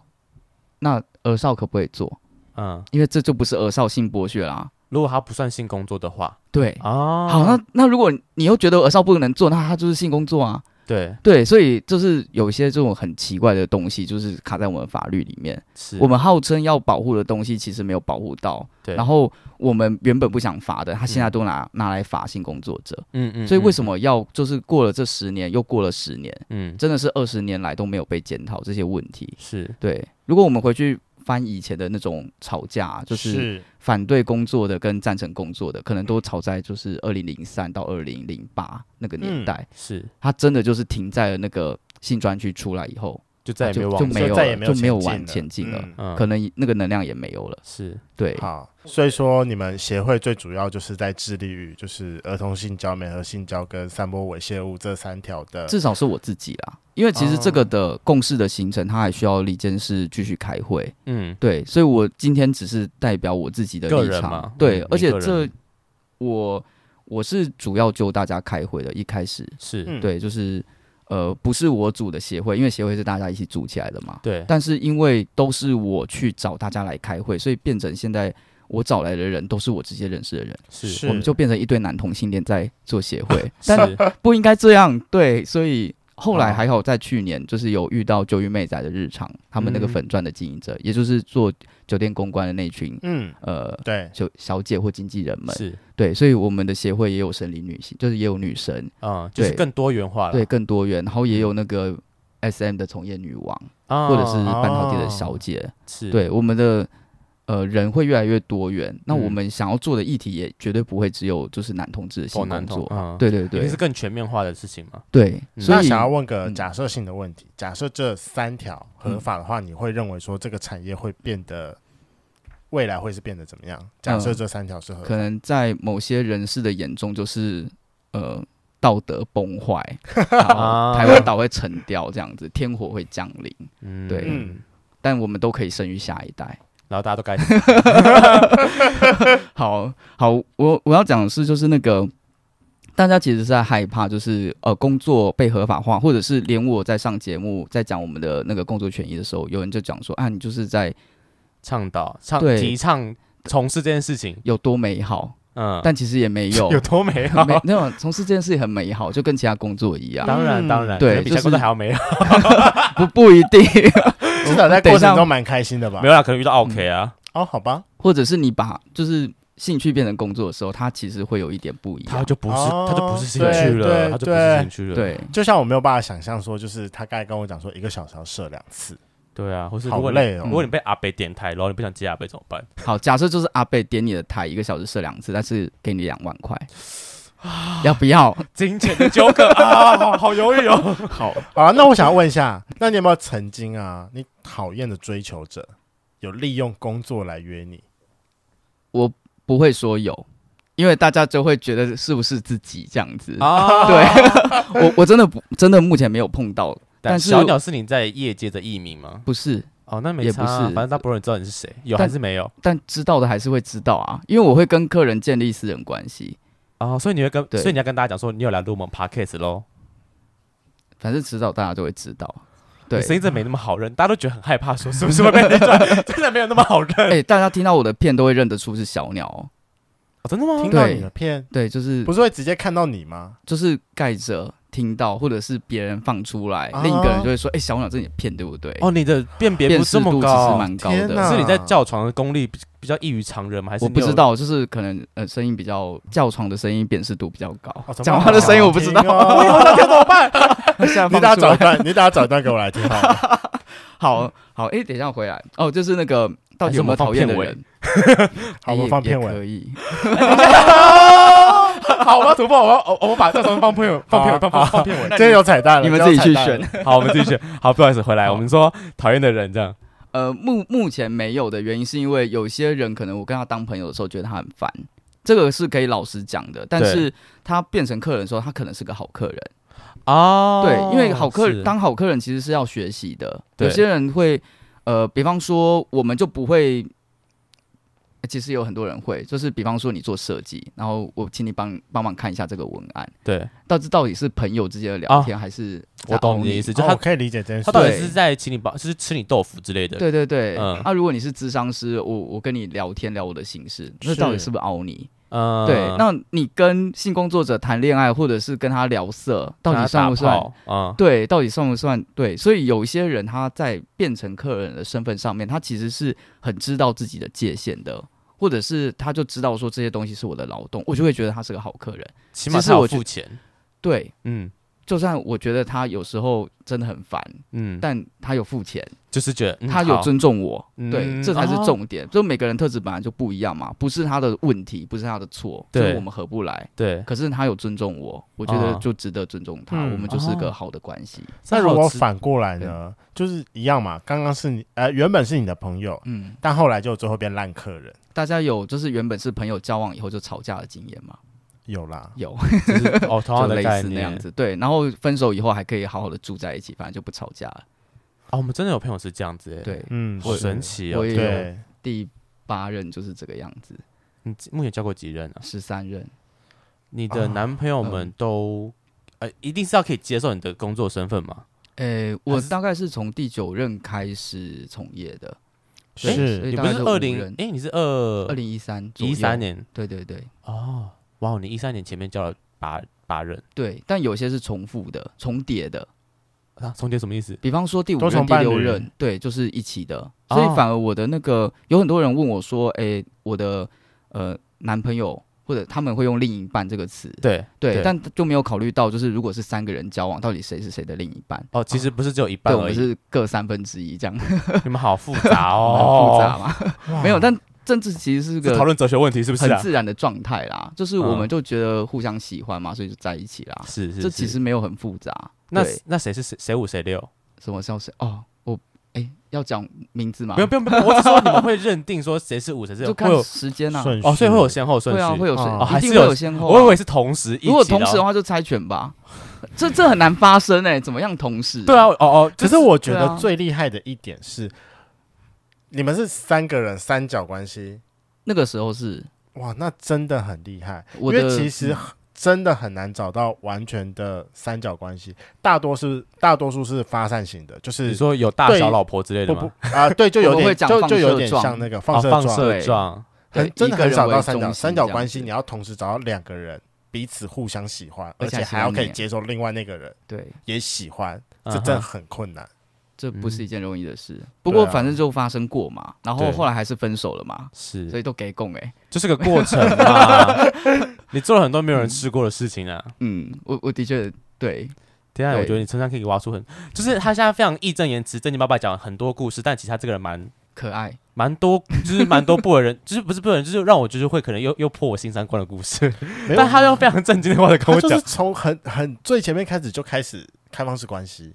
Speaker 3: 那儿少可不可以做？
Speaker 1: 嗯，
Speaker 3: 因为这就不是儿少性剥削啦。
Speaker 1: 如果他不算性工作的话，
Speaker 3: 对，
Speaker 1: 哦，
Speaker 3: 好，那那如果你又觉得儿少不能做，那他就是性工作啊。
Speaker 1: 对，
Speaker 3: 对，所以就是有一些这种很奇怪的东西，就是卡在我们法律里面。
Speaker 1: 是
Speaker 3: 我们号称要保护的东西，其实没有保护到。
Speaker 1: 对
Speaker 3: 然后我们原本不想罚的，他现在都拿、拿来罚性工作者。
Speaker 1: 嗯嗯，
Speaker 3: 所以为什
Speaker 1: 么
Speaker 3: 么要就是过了这十年，又过了十年，
Speaker 1: 嗯
Speaker 3: 真的是二十年来都没有被检讨这些问题？
Speaker 1: 是
Speaker 3: 对，如果我们回去翻以前的那种吵架，就是
Speaker 2: 是
Speaker 3: 反对工作的跟赞成工作的，可能
Speaker 1: 嗯
Speaker 3: 都吵在就是二零零三到二零零八那个年
Speaker 2: 嗯
Speaker 3: 代，
Speaker 1: 是，
Speaker 3: 他真的就是停在了那个性专区出来以后，
Speaker 1: 就再也没
Speaker 3: 啊就
Speaker 1: 有
Speaker 3: 就
Speaker 1: 往
Speaker 3: 没有
Speaker 2: 就再也
Speaker 3: 了
Speaker 2: 没有
Speaker 3: 就没
Speaker 2: 前
Speaker 3: 有
Speaker 2: 进
Speaker 3: 往
Speaker 2: 了
Speaker 3: 前进了
Speaker 2: 嗯
Speaker 1: 嗯
Speaker 3: 可能那个能量也没有了。
Speaker 1: 是
Speaker 3: 对，
Speaker 2: 好，所以说你们协会最主要就是在致力于就是儿童性交、美和性交跟散播猥亵物这三条的。
Speaker 3: 至少是我自己啦，因为其实这个的共识的形成，它还需要理监事继续开会。
Speaker 1: 嗯
Speaker 3: 对，所以我今天只是代表我自己的
Speaker 1: 个
Speaker 3: 立
Speaker 1: 人
Speaker 3: 场
Speaker 1: 嘛。
Speaker 3: 对，
Speaker 1: 嗯
Speaker 3: 而且
Speaker 1: 你个
Speaker 3: 这
Speaker 1: 人
Speaker 3: 我我是主要揪大家开会的，一开始
Speaker 1: 是
Speaker 2: 嗯
Speaker 3: 对，就是呃，不是我组的协会，因为协会是大家一起组起来的嘛。
Speaker 1: 对
Speaker 3: 但是因为都是我去找大家来开会，所以变成现在我找来的人都是我直接认识的人，
Speaker 1: 是，
Speaker 2: 是
Speaker 3: 我们就变成一堆男同性恋在做协会 但
Speaker 1: 是
Speaker 3: 不应该这样，对，所以后来
Speaker 1: 啊
Speaker 3: 还好，在去年就是有遇到九玉妹仔的日常，他们那个
Speaker 1: 嗯
Speaker 3: 粉钻的经营者，也就是做酒店公关的那群
Speaker 2: 嗯，
Speaker 3: 呃
Speaker 2: 对，
Speaker 3: 小小姐或经纪人们，
Speaker 1: 是
Speaker 3: 对，所以我们的协会也有神灵女性，就是也有女神，
Speaker 1: 嗯，就是
Speaker 3: 对
Speaker 1: 更多元化了，
Speaker 3: 对，更多元，然后也有那个 S M 的从业女王，
Speaker 1: 嗯啊，
Speaker 3: 或者是
Speaker 2: 哦
Speaker 3: 半导体的小姐，
Speaker 1: 是
Speaker 3: 对，我们的。呃，人会越来越多元，那我
Speaker 1: 嗯
Speaker 3: 们想要做的议题也绝对不会只有就是男同志的性
Speaker 1: 否男同
Speaker 3: 工作，，
Speaker 1: 嗯，
Speaker 3: 对对
Speaker 1: 一定
Speaker 3: 对
Speaker 1: 是更全面化的事情嘛，
Speaker 3: 对，
Speaker 1: 嗯
Speaker 3: 所
Speaker 2: 那
Speaker 3: 以
Speaker 2: 想要问个
Speaker 3: 嗯
Speaker 2: 假设性的问题：假设这三条合法的话，你会认为说这个产业会变得未来会是变得怎么样？假设这三条是合
Speaker 3: 可
Speaker 2: 法，
Speaker 3: 能在某些人士的眼中，就是呃道德崩坏， 然后
Speaker 1: 啊
Speaker 3: 台湾岛会沉掉，这样子天火会降临，
Speaker 1: 嗯
Speaker 3: 对
Speaker 2: 嗯，
Speaker 3: 但我们都可以生育下一代。
Speaker 1: 然后大家都该
Speaker 3: 好好，我我要讲的是，就是那个大家其实是在害怕，就是呃工作被合法化，或者是连我在上节目在讲我们的那个工作权益的时候，有人就讲说啊，你就是在
Speaker 1: 倡导、倡
Speaker 3: 对
Speaker 1: 提倡从事这件事情，
Speaker 3: 有多美好，
Speaker 1: 嗯，
Speaker 3: 但其实也没
Speaker 1: ，
Speaker 3: 有
Speaker 1: 有多美好？
Speaker 3: 没没有从事这件事情很美好，就跟其他工作一样。
Speaker 1: 当然，
Speaker 2: 嗯
Speaker 1: 当然，
Speaker 3: 对
Speaker 1: 可能比
Speaker 3: 就
Speaker 1: 下工作
Speaker 3: 是
Speaker 1: 还要
Speaker 2: 啊
Speaker 1: 美好。
Speaker 3: 不不一 定，
Speaker 2: 至少在
Speaker 3: 等一
Speaker 2: 过
Speaker 3: 下
Speaker 2: 程中蛮开心的吧
Speaker 1: 没？有啦，可能遇到 OK 啊，
Speaker 2: 哦，好吧，
Speaker 3: 或者是你把就是兴趣变成工作的时候，它其实会有一点不一
Speaker 1: 他
Speaker 3: 样。
Speaker 1: 就不是，他就不是兴趣
Speaker 2: 哦对
Speaker 1: 了，他就不是兴趣了。
Speaker 3: 对，
Speaker 2: 就像我没有办法想象说，就是他刚才跟我讲说，一个小时要射两次，
Speaker 1: 对啊，或是如
Speaker 2: 好
Speaker 1: 果你
Speaker 2: 累哦。
Speaker 1: 如果你被阿北点台，然后你不想接阿北怎么办？
Speaker 3: 好，假设就是阿贝点你的台，一个小时射两次，但是给你两万块，
Speaker 1: 啊
Speaker 3: 要不要？
Speaker 1: 金钱的纠 葛啊，好好犹豫哦。
Speaker 2: 好啊，那我想要问一下， 那你有没有曾经啊，你讨厌的追求者有利用工作来约你？
Speaker 3: 我不会说有，因为大家就会觉得是不是自己这样子。
Speaker 1: 啊，
Speaker 3: 对， 我我真的不真的目前没有碰到，但是
Speaker 1: 小鸟是你在业界的艺名吗？
Speaker 3: 不是，
Speaker 1: 哦，那没
Speaker 3: 也
Speaker 1: 差
Speaker 3: 不
Speaker 1: 啊，
Speaker 3: 是
Speaker 1: 反正大不容易知道你是谁，有
Speaker 3: 但
Speaker 1: 还是没有
Speaker 3: 但知道的还是会知道啊，因为我会跟客人建立私人关系，
Speaker 1: 啊？所以你会跟，
Speaker 3: 对
Speaker 1: 所以你要跟大家讲说你有来录我们 podcast 喽。
Speaker 3: 反正迟早大家都会知道。对
Speaker 1: 你，声音真的没那么好认，大家都觉得很害怕，说是不是会被人 转？真的没有那么好认。
Speaker 3: 哎、大家听到我的片都会认得出是小鸟、哦，
Speaker 1: 哦真的吗
Speaker 2: 听？到你的片，
Speaker 3: 对，就是
Speaker 2: 不是会直接看到你吗？
Speaker 3: 就是盖着听到，或者是别人放出来，
Speaker 2: 啊
Speaker 3: 另一个人就会说，哎、小鸟这你的片对不对？
Speaker 1: 哦，你的辨别
Speaker 3: 辨
Speaker 1: 不
Speaker 3: 识
Speaker 1: 这么
Speaker 3: 度其实
Speaker 1: 高，啊
Speaker 3: 蛮高
Speaker 2: 天哪
Speaker 3: 的。
Speaker 1: 是你在叫床的功力比比较异于常人吗？还是
Speaker 3: 我不
Speaker 1: 你有
Speaker 3: 知？道，就是可能呃，声音比较叫床的声音辨识度比较高
Speaker 2: 哦。
Speaker 3: 讲、话的声音我不知道，
Speaker 2: 我以后要听怎么办？
Speaker 3: 现在
Speaker 2: 你等
Speaker 3: 放
Speaker 2: 下
Speaker 3: 出
Speaker 2: 找一
Speaker 3: 来。
Speaker 2: 段，你等下找一段给我来听好了。
Speaker 3: 好
Speaker 2: 嗯
Speaker 3: 好，哎、等一下回来哦，就是那个到底有没有讨厌的人？
Speaker 2: 好，我们放
Speaker 3: 也
Speaker 2: 片
Speaker 3: 也
Speaker 2: 尾。
Speaker 3: 可以。
Speaker 2: 好，我们要突破，我要我我们把这张放片尾，
Speaker 1: 放片尾放放放
Speaker 2: 片尾，今天有彩蛋了，
Speaker 3: 你们自己去
Speaker 2: 今天有彩蛋
Speaker 3: 选
Speaker 2: 了。。哦
Speaker 1: 好，我们 继续。好，不好意思，回来
Speaker 3: 好
Speaker 1: 我们说讨厌的人这样。
Speaker 3: 呃，目目前没有的原因是因为有些人可能我跟他当朋友的时候觉得他很烦，这个是可以老实讲的。但
Speaker 1: 对
Speaker 3: 是他变成客人的时候，他可能是个好客人。
Speaker 1: 哦
Speaker 3: 对，因为好客
Speaker 1: 是
Speaker 3: 当好客人其实是要学习的。
Speaker 1: 对
Speaker 3: 有些人会，呃，比方说我们就不会。呃其实有很多人会，就是比方说你做设计，然后我请你帮帮忙看一下这个文案，
Speaker 1: 对，
Speaker 3: 到这到底是朋友之间的聊天，还是
Speaker 1: 啊我懂你的意思，就
Speaker 2: 哦
Speaker 1: 他
Speaker 2: 我可以理解这件
Speaker 1: 他
Speaker 2: 事。
Speaker 1: 到底
Speaker 3: 对
Speaker 1: 是在请你帮，就是吃你豆腐之类的。
Speaker 3: 对对对，
Speaker 1: 嗯
Speaker 3: 啊，如果你是智商师，我我跟你聊天聊我的心事，那
Speaker 2: 是
Speaker 3: 到底是不是凹你？
Speaker 1: 嗯，
Speaker 3: 对，那你跟性工作者谈恋爱，或者是跟他聊色，到底算不
Speaker 1: 跟他打
Speaker 3: 算？
Speaker 1: 炮？嗯，
Speaker 3: 对，到底算不算？对，所以有一些人他在变成客人的身份上面，他其实是很知道自己的界限的，或者是他就知道说这些东西是我的劳动，我就会觉得他是个好客人。
Speaker 1: 起码
Speaker 3: 其实
Speaker 1: 他有
Speaker 3: 我觉
Speaker 1: 付钱。
Speaker 3: 对，
Speaker 1: 嗯
Speaker 3: 就算我觉得他有时候真的很烦，
Speaker 1: 嗯，
Speaker 3: 但他有付钱，
Speaker 1: 就是觉得嗯
Speaker 3: 他有
Speaker 1: 好
Speaker 3: 尊重我，
Speaker 1: 嗯
Speaker 3: 对，这才是
Speaker 1: 哦
Speaker 3: 重点。就每个人特质本来就不一样嘛，不是他的问题，不是他的错，就
Speaker 1: 对
Speaker 3: 是我们合不来。
Speaker 1: 对。
Speaker 3: 可是他有尊重我，我觉得
Speaker 1: 啊
Speaker 3: 就值得尊重他，
Speaker 2: 嗯
Speaker 3: 我们就是
Speaker 1: 哦
Speaker 3: 个好的关系。
Speaker 2: 那
Speaker 1: 这好
Speaker 2: 如果
Speaker 1: 吃
Speaker 2: 反过来呢？就是一样嘛，刚刚是你呃，原本是你的朋友，
Speaker 3: 嗯，
Speaker 2: 但后来就最后变烂客人，
Speaker 3: 大家有就是原本是朋友交往以后就吵架的经验吗？
Speaker 2: 有啦。
Speaker 3: 有，
Speaker 1: 就是哦，同
Speaker 3: 就
Speaker 1: 样的
Speaker 3: 类
Speaker 1: 概
Speaker 3: 似那样
Speaker 1: 念。
Speaker 3: 子。对，然后分手以后还可以好好的住在一起，反正就不吵架了。
Speaker 1: 哦，我们真的有朋友是这样子，哎，
Speaker 3: 对，
Speaker 2: 嗯，
Speaker 1: 好
Speaker 2: 是
Speaker 1: 神。奇哦
Speaker 3: 我。也有
Speaker 2: 对，
Speaker 3: 第八任就是这个样子，
Speaker 1: 你目前交过几任啊？
Speaker 3: 十三任。
Speaker 1: 你的
Speaker 2: 啊
Speaker 1: 男朋友
Speaker 3: 嗯
Speaker 1: 们都呃，一定是要可以接受你的工作身份嘛？
Speaker 3: 诶，我大概是从第九任开始从业的，对所
Speaker 2: 是
Speaker 3: 以
Speaker 1: 你
Speaker 3: 大
Speaker 1: 不
Speaker 3: 概
Speaker 1: 是
Speaker 3: 就
Speaker 1: 二
Speaker 3: 五
Speaker 1: 零
Speaker 3: 任？
Speaker 1: 哎，你是二
Speaker 3: 二零一三
Speaker 1: 一三，年
Speaker 3: 对对对
Speaker 1: 哦，哇，你一三年前面交了八八任，
Speaker 3: 对，但有些是重复的、重叠的，
Speaker 1: 啊，重叠什么意思？
Speaker 3: 比方说第五
Speaker 2: 多重
Speaker 3: 任、第
Speaker 2: 伴
Speaker 3: 六
Speaker 2: 侣
Speaker 3: 任，对，就是一起的，
Speaker 1: 哦
Speaker 3: 所以反而我的那个有很多人问我说，诶，我的呃男朋友或者他们会用另一半这个词，
Speaker 1: 对
Speaker 3: 对，但就没有考虑到就是如果是三个人交往，到底谁是谁的另一半？
Speaker 1: 哦，其实不是只有一半
Speaker 3: 对，我
Speaker 1: 而
Speaker 3: 们
Speaker 1: 已，
Speaker 3: 是各三分之一 这样，很
Speaker 1: 你们好复 杂
Speaker 3: 复
Speaker 1: 哦
Speaker 3: 杂，嘛？ 没有，但政治其实是
Speaker 1: 这讨
Speaker 3: 个
Speaker 1: 论哲学问题是不是
Speaker 3: 很
Speaker 1: 啊？
Speaker 3: 自然的状态啦，就是我们就觉得互相喜欢嘛，所以就在一起啦。
Speaker 1: 是是，
Speaker 3: 这其
Speaker 1: 是
Speaker 3: 实没有很复杂。
Speaker 1: 那
Speaker 3: 对
Speaker 1: 那谁是谁谁五谁六？
Speaker 3: 什么叫谁？哦，我诶，要讲名字吗？
Speaker 1: 不用不用不用，我只说你们会认定说谁是五谁是
Speaker 3: 啊 就
Speaker 1: 六，
Speaker 3: 看
Speaker 1: 会有
Speaker 3: 时间啊。
Speaker 2: 顺序
Speaker 1: 哦，所以会有先后顺
Speaker 3: 对
Speaker 1: 序
Speaker 3: 啊，会有先，
Speaker 2: 哦
Speaker 1: 还
Speaker 3: 一
Speaker 1: 是
Speaker 3: 定会
Speaker 1: 有
Speaker 3: 有先后啊、
Speaker 1: 我以为是同时一起的哦，
Speaker 3: 如果同时的话就猜拳吧， 这这很难发生哎、怎么样同时？
Speaker 1: 对啊，，哦哦，
Speaker 2: 可是我觉
Speaker 3: 对
Speaker 2: 得
Speaker 3: 啊
Speaker 2: 最厉害的一点是，你们是三个人三角关系，
Speaker 3: 那个时候是
Speaker 2: 哇，那真的很厉害。因
Speaker 3: 我的嗯
Speaker 2: 为其实很真的很难找到完全的三角关系，大多是大多数是发散型的，就
Speaker 1: 你
Speaker 2: 是
Speaker 1: 说有大
Speaker 2: 对
Speaker 1: 小老婆之类的
Speaker 2: 不不
Speaker 1: 吗？
Speaker 2: 啊，对，就有
Speaker 3: 我们
Speaker 2: 点
Speaker 3: 会讲
Speaker 2: 就
Speaker 3: 放
Speaker 2: 就有
Speaker 3: 射
Speaker 2: 点
Speaker 3: 状
Speaker 2: 像那个
Speaker 1: 哦
Speaker 2: 放射
Speaker 1: 放
Speaker 2: 状，
Speaker 1: 射
Speaker 3: 对
Speaker 1: 状，
Speaker 3: 对
Speaker 2: 很真的
Speaker 3: 一个
Speaker 2: 很
Speaker 3: 人
Speaker 2: 少到
Speaker 3: 为
Speaker 2: 三
Speaker 3: 中
Speaker 2: 角
Speaker 3: 心
Speaker 2: 三角
Speaker 3: 这样
Speaker 2: 关系，啊
Speaker 3: 子
Speaker 2: 你要同时找到两个人彼此互相喜欢，而
Speaker 3: 而
Speaker 2: 且
Speaker 3: 且还喜
Speaker 2: 还要
Speaker 3: 欢
Speaker 2: 可以
Speaker 3: 你
Speaker 2: 接受另外那个人
Speaker 3: 对
Speaker 2: 也喜欢，
Speaker 1: 嗯
Speaker 2: 这真的
Speaker 1: 哼
Speaker 2: 很困难。
Speaker 3: 这不是一件容易的事。不
Speaker 2: 嗯对
Speaker 3: 过
Speaker 2: 啊
Speaker 3: 反正就发生过嘛，然后
Speaker 1: 对
Speaker 3: 后来还是分手了嘛，
Speaker 1: 是
Speaker 3: 所以都给供哎、欸。
Speaker 1: 就是个过程 嘛。你做了很多没有人试过的事情啊！
Speaker 3: 嗯，我我的确对，
Speaker 1: 天啊，
Speaker 3: 对
Speaker 1: 我觉得你身上可以挖出很，就是他现在非常义正言辞、正经八百讲很多故事，但其实他这个人蛮
Speaker 3: 可爱。
Speaker 1: 蛮多，就是蛮多不为人， 就是不是不为人，就是让我就是会可能又又破我新三观的故事。
Speaker 2: 没有
Speaker 1: 但他又非常正经的话在跟
Speaker 2: 他
Speaker 1: 我
Speaker 2: 就是
Speaker 1: 讲，
Speaker 2: 从很很最前面开始就开始开放式关系，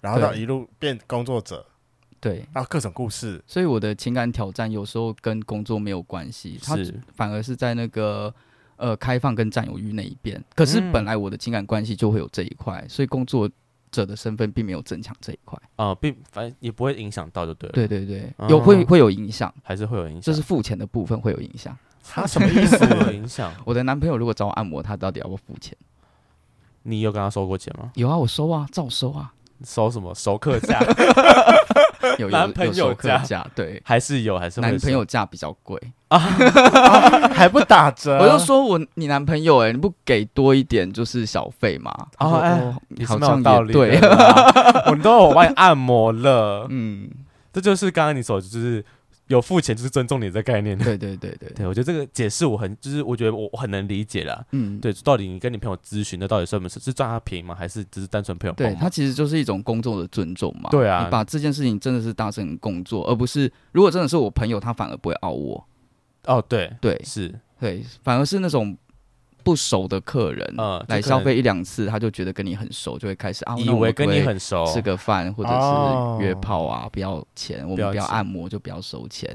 Speaker 2: 然后到
Speaker 3: 对
Speaker 2: 一路变工作者，
Speaker 3: 对，
Speaker 2: 然后各种故事，
Speaker 3: 所以我的情感挑战有时候跟工作没有关系，它
Speaker 1: 是
Speaker 3: 反而是在那个呃开放跟占有欲那一边。可是
Speaker 1: 嗯
Speaker 3: 本来我的情感关系就会有这一块，所以工作者的身份并没有增强这一块。
Speaker 1: 啊，并反正也不会影响到，就对了，
Speaker 3: 对对对，
Speaker 1: 哦
Speaker 3: 有会会有影响，
Speaker 1: 还是会有影响，
Speaker 3: 就是付钱的部分会有影响。
Speaker 2: 他什么意 思？
Speaker 1: 会有影响。
Speaker 3: 我的男朋友如果找我按摩，他到底要不要付钱？
Speaker 1: 你有跟他收过钱吗？
Speaker 3: 有啊，我收啊，照收啊，
Speaker 1: 收什么熟客 价？
Speaker 3: 有有
Speaker 1: 男朋
Speaker 3: 有
Speaker 1: 友
Speaker 3: 收客
Speaker 1: 价
Speaker 3: 价，对，
Speaker 1: 还是有，哦还是会
Speaker 3: 男朋
Speaker 1: 收
Speaker 3: 友价比较贵。
Speaker 2: 还不打
Speaker 1: 啊
Speaker 2: 折？
Speaker 3: 我就说我你男朋友哎、你不给多一点就是小费嘛？他说
Speaker 1: 哎
Speaker 3: 哦
Speaker 1: 也是
Speaker 3: 好
Speaker 1: 蛮
Speaker 3: 像
Speaker 1: 有道
Speaker 3: 也
Speaker 1: 理
Speaker 3: 对，
Speaker 1: 的 啦。我们都有帮你按摩了，
Speaker 3: 嗯，
Speaker 1: 这就是刚刚你所就是有付钱就是尊重你的概念。
Speaker 3: 对对对对，
Speaker 1: 对，我觉得这个解释我很，就是我觉得我我很能理解啦。
Speaker 3: 嗯，
Speaker 1: 对，到底你跟你朋友咨询的到底算不是是赚他便宜吗？还是只是单纯朋友帮
Speaker 3: 对，
Speaker 1: 忙？
Speaker 3: 他其实就是一种工作的尊重嘛。
Speaker 1: 对啊
Speaker 3: 你把这件事情真的是当成工作，而不是如果真的是我朋友，他反而不会傲我，
Speaker 1: 哦，对，
Speaker 3: 对
Speaker 1: 是，
Speaker 3: 对，反而是那种。不熟的客人、
Speaker 1: 呃就
Speaker 3: 来
Speaker 1: 可
Speaker 3: 消
Speaker 1: 能
Speaker 3: 费一两次，他就觉得跟你很熟，就会开始啊，
Speaker 1: 以
Speaker 3: 那我
Speaker 1: 为
Speaker 3: 们
Speaker 1: 跟
Speaker 3: 会
Speaker 1: 你很熟，
Speaker 3: 吃个饭或者
Speaker 2: 哦
Speaker 3: 是约炮啊，不要钱，哦
Speaker 1: 不
Speaker 3: 我们
Speaker 1: 要
Speaker 3: 不要
Speaker 1: 钱
Speaker 3: 按摩就不要收钱。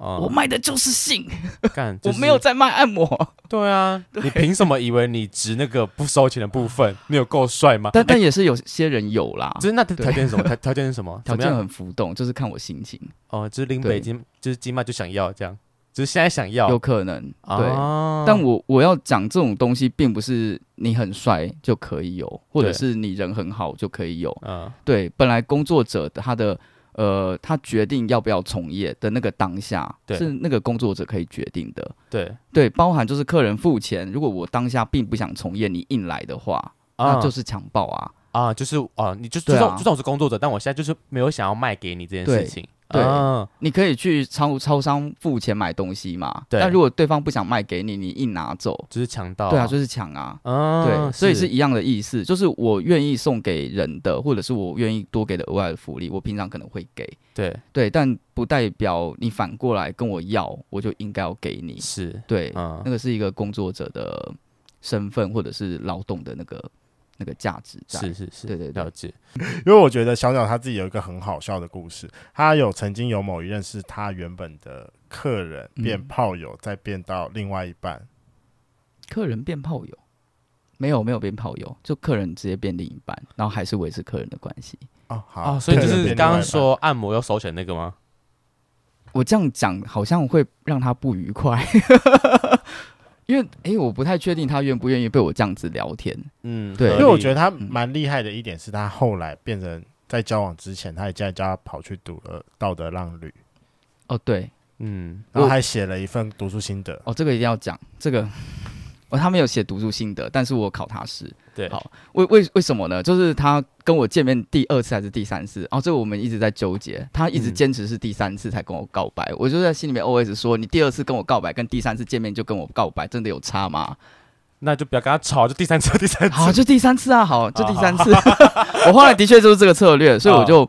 Speaker 1: 嗯
Speaker 3: 我卖的就是性，
Speaker 1: 干，就
Speaker 3: 我
Speaker 1: 是
Speaker 3: 没有。在卖按摩，
Speaker 1: 对啊，你凭什么以为你值那个不收钱的部分？你有够帅吗？哎
Speaker 3: 但但也是有些人有啦，
Speaker 1: 就是那
Speaker 3: 对
Speaker 1: 条件是什么？条条件是什 么？怎
Speaker 3: 条
Speaker 1: 么样
Speaker 3: 件很浮动，就是看我心情，
Speaker 1: 哦，就是临
Speaker 3: 对
Speaker 1: 北京，就是金麦就想要这样，就是现在想要。
Speaker 3: 有可能对。
Speaker 1: 啊
Speaker 3: 但我我要讲这种东西，并不是你很帅就可以有，或者
Speaker 1: 对
Speaker 3: 是你人很好就可以有。
Speaker 1: 嗯
Speaker 3: 对，本来工作者的他的呃，他决定要不要从业的那个当下，
Speaker 1: 对
Speaker 3: 是那个工作者可以决定的。
Speaker 1: 对
Speaker 3: 对，包含就是客人付钱，如果我当下并不想从业，你硬来的话，
Speaker 1: 啊，
Speaker 3: 那就是强暴啊。
Speaker 1: 啊，就是啊，你就就
Speaker 3: 对啊
Speaker 1: 算就算我是工作者，但我现在就是没有想要卖给你这件
Speaker 3: 对
Speaker 1: 事情。
Speaker 3: 对
Speaker 1: 啊
Speaker 3: 你可以去超超商付钱买东西嘛，
Speaker 1: 对
Speaker 3: 但如果对方不想卖给你，你硬拿走，
Speaker 1: 就是强盗。
Speaker 3: 对啊，就是抢啊。
Speaker 1: 啊，
Speaker 3: 对，所以是一样的意思，就是我愿意送给人的，或者是我愿意多给的额外的福利，我平常可能会给，
Speaker 1: 对
Speaker 3: 对，但不代表你反过来跟我要，我就应该要给你，
Speaker 1: 是
Speaker 3: 对，
Speaker 1: 嗯
Speaker 3: 那个是一个工作者的身份或者是劳动的那个那个价值在，
Speaker 1: 是是是，
Speaker 3: 对对对
Speaker 1: 了解。
Speaker 2: 因为我觉得小鸟他自己有一个很好笑的故事，他有曾经有某一任是他原本的客人
Speaker 3: 嗯
Speaker 2: 变炮友，再变到另外一半，
Speaker 3: 客人变炮友。没有没有变炮友，就客人直接变另一半，然后还是维持客人的关系。
Speaker 2: 哦好，
Speaker 1: 哦，所以就
Speaker 2: 客人
Speaker 1: 是
Speaker 2: 变
Speaker 1: 刚
Speaker 2: 另
Speaker 1: 刚
Speaker 2: 外一半
Speaker 1: 说按摩要收钱那个吗？
Speaker 3: 我这样讲好像会让他不愉快， 因为诶、我不太确定他愿不愿意被我这样子聊天。
Speaker 1: 嗯，
Speaker 3: 对
Speaker 2: 因为我觉
Speaker 1: 得
Speaker 2: 得他蛮厉害的一点是他后来变成在交往之前，他也在家跑去读了道德浪旅，
Speaker 3: 哦，对，
Speaker 1: 嗯
Speaker 2: 然后还写了一份读书心得。
Speaker 3: 哦，这个一定要讲，这个哦，他没有写读书心得，但是我考他是
Speaker 1: 对，
Speaker 3: 好为为为什么呢？就是他跟我见面第二次还是第三次，哦，这个我们一直在纠结，他一直
Speaker 1: 嗯
Speaker 3: 坚持是第三次才跟我告白，我就在心里面 OS 说，你第二次跟我告白跟第三次见面就跟我告白，真的有差吗？
Speaker 1: 那就不要跟他吵，就第三次，第 三次
Speaker 3: 好，就第三次啊，好，就第三次。 我后来的确就是这个策略，所以我就，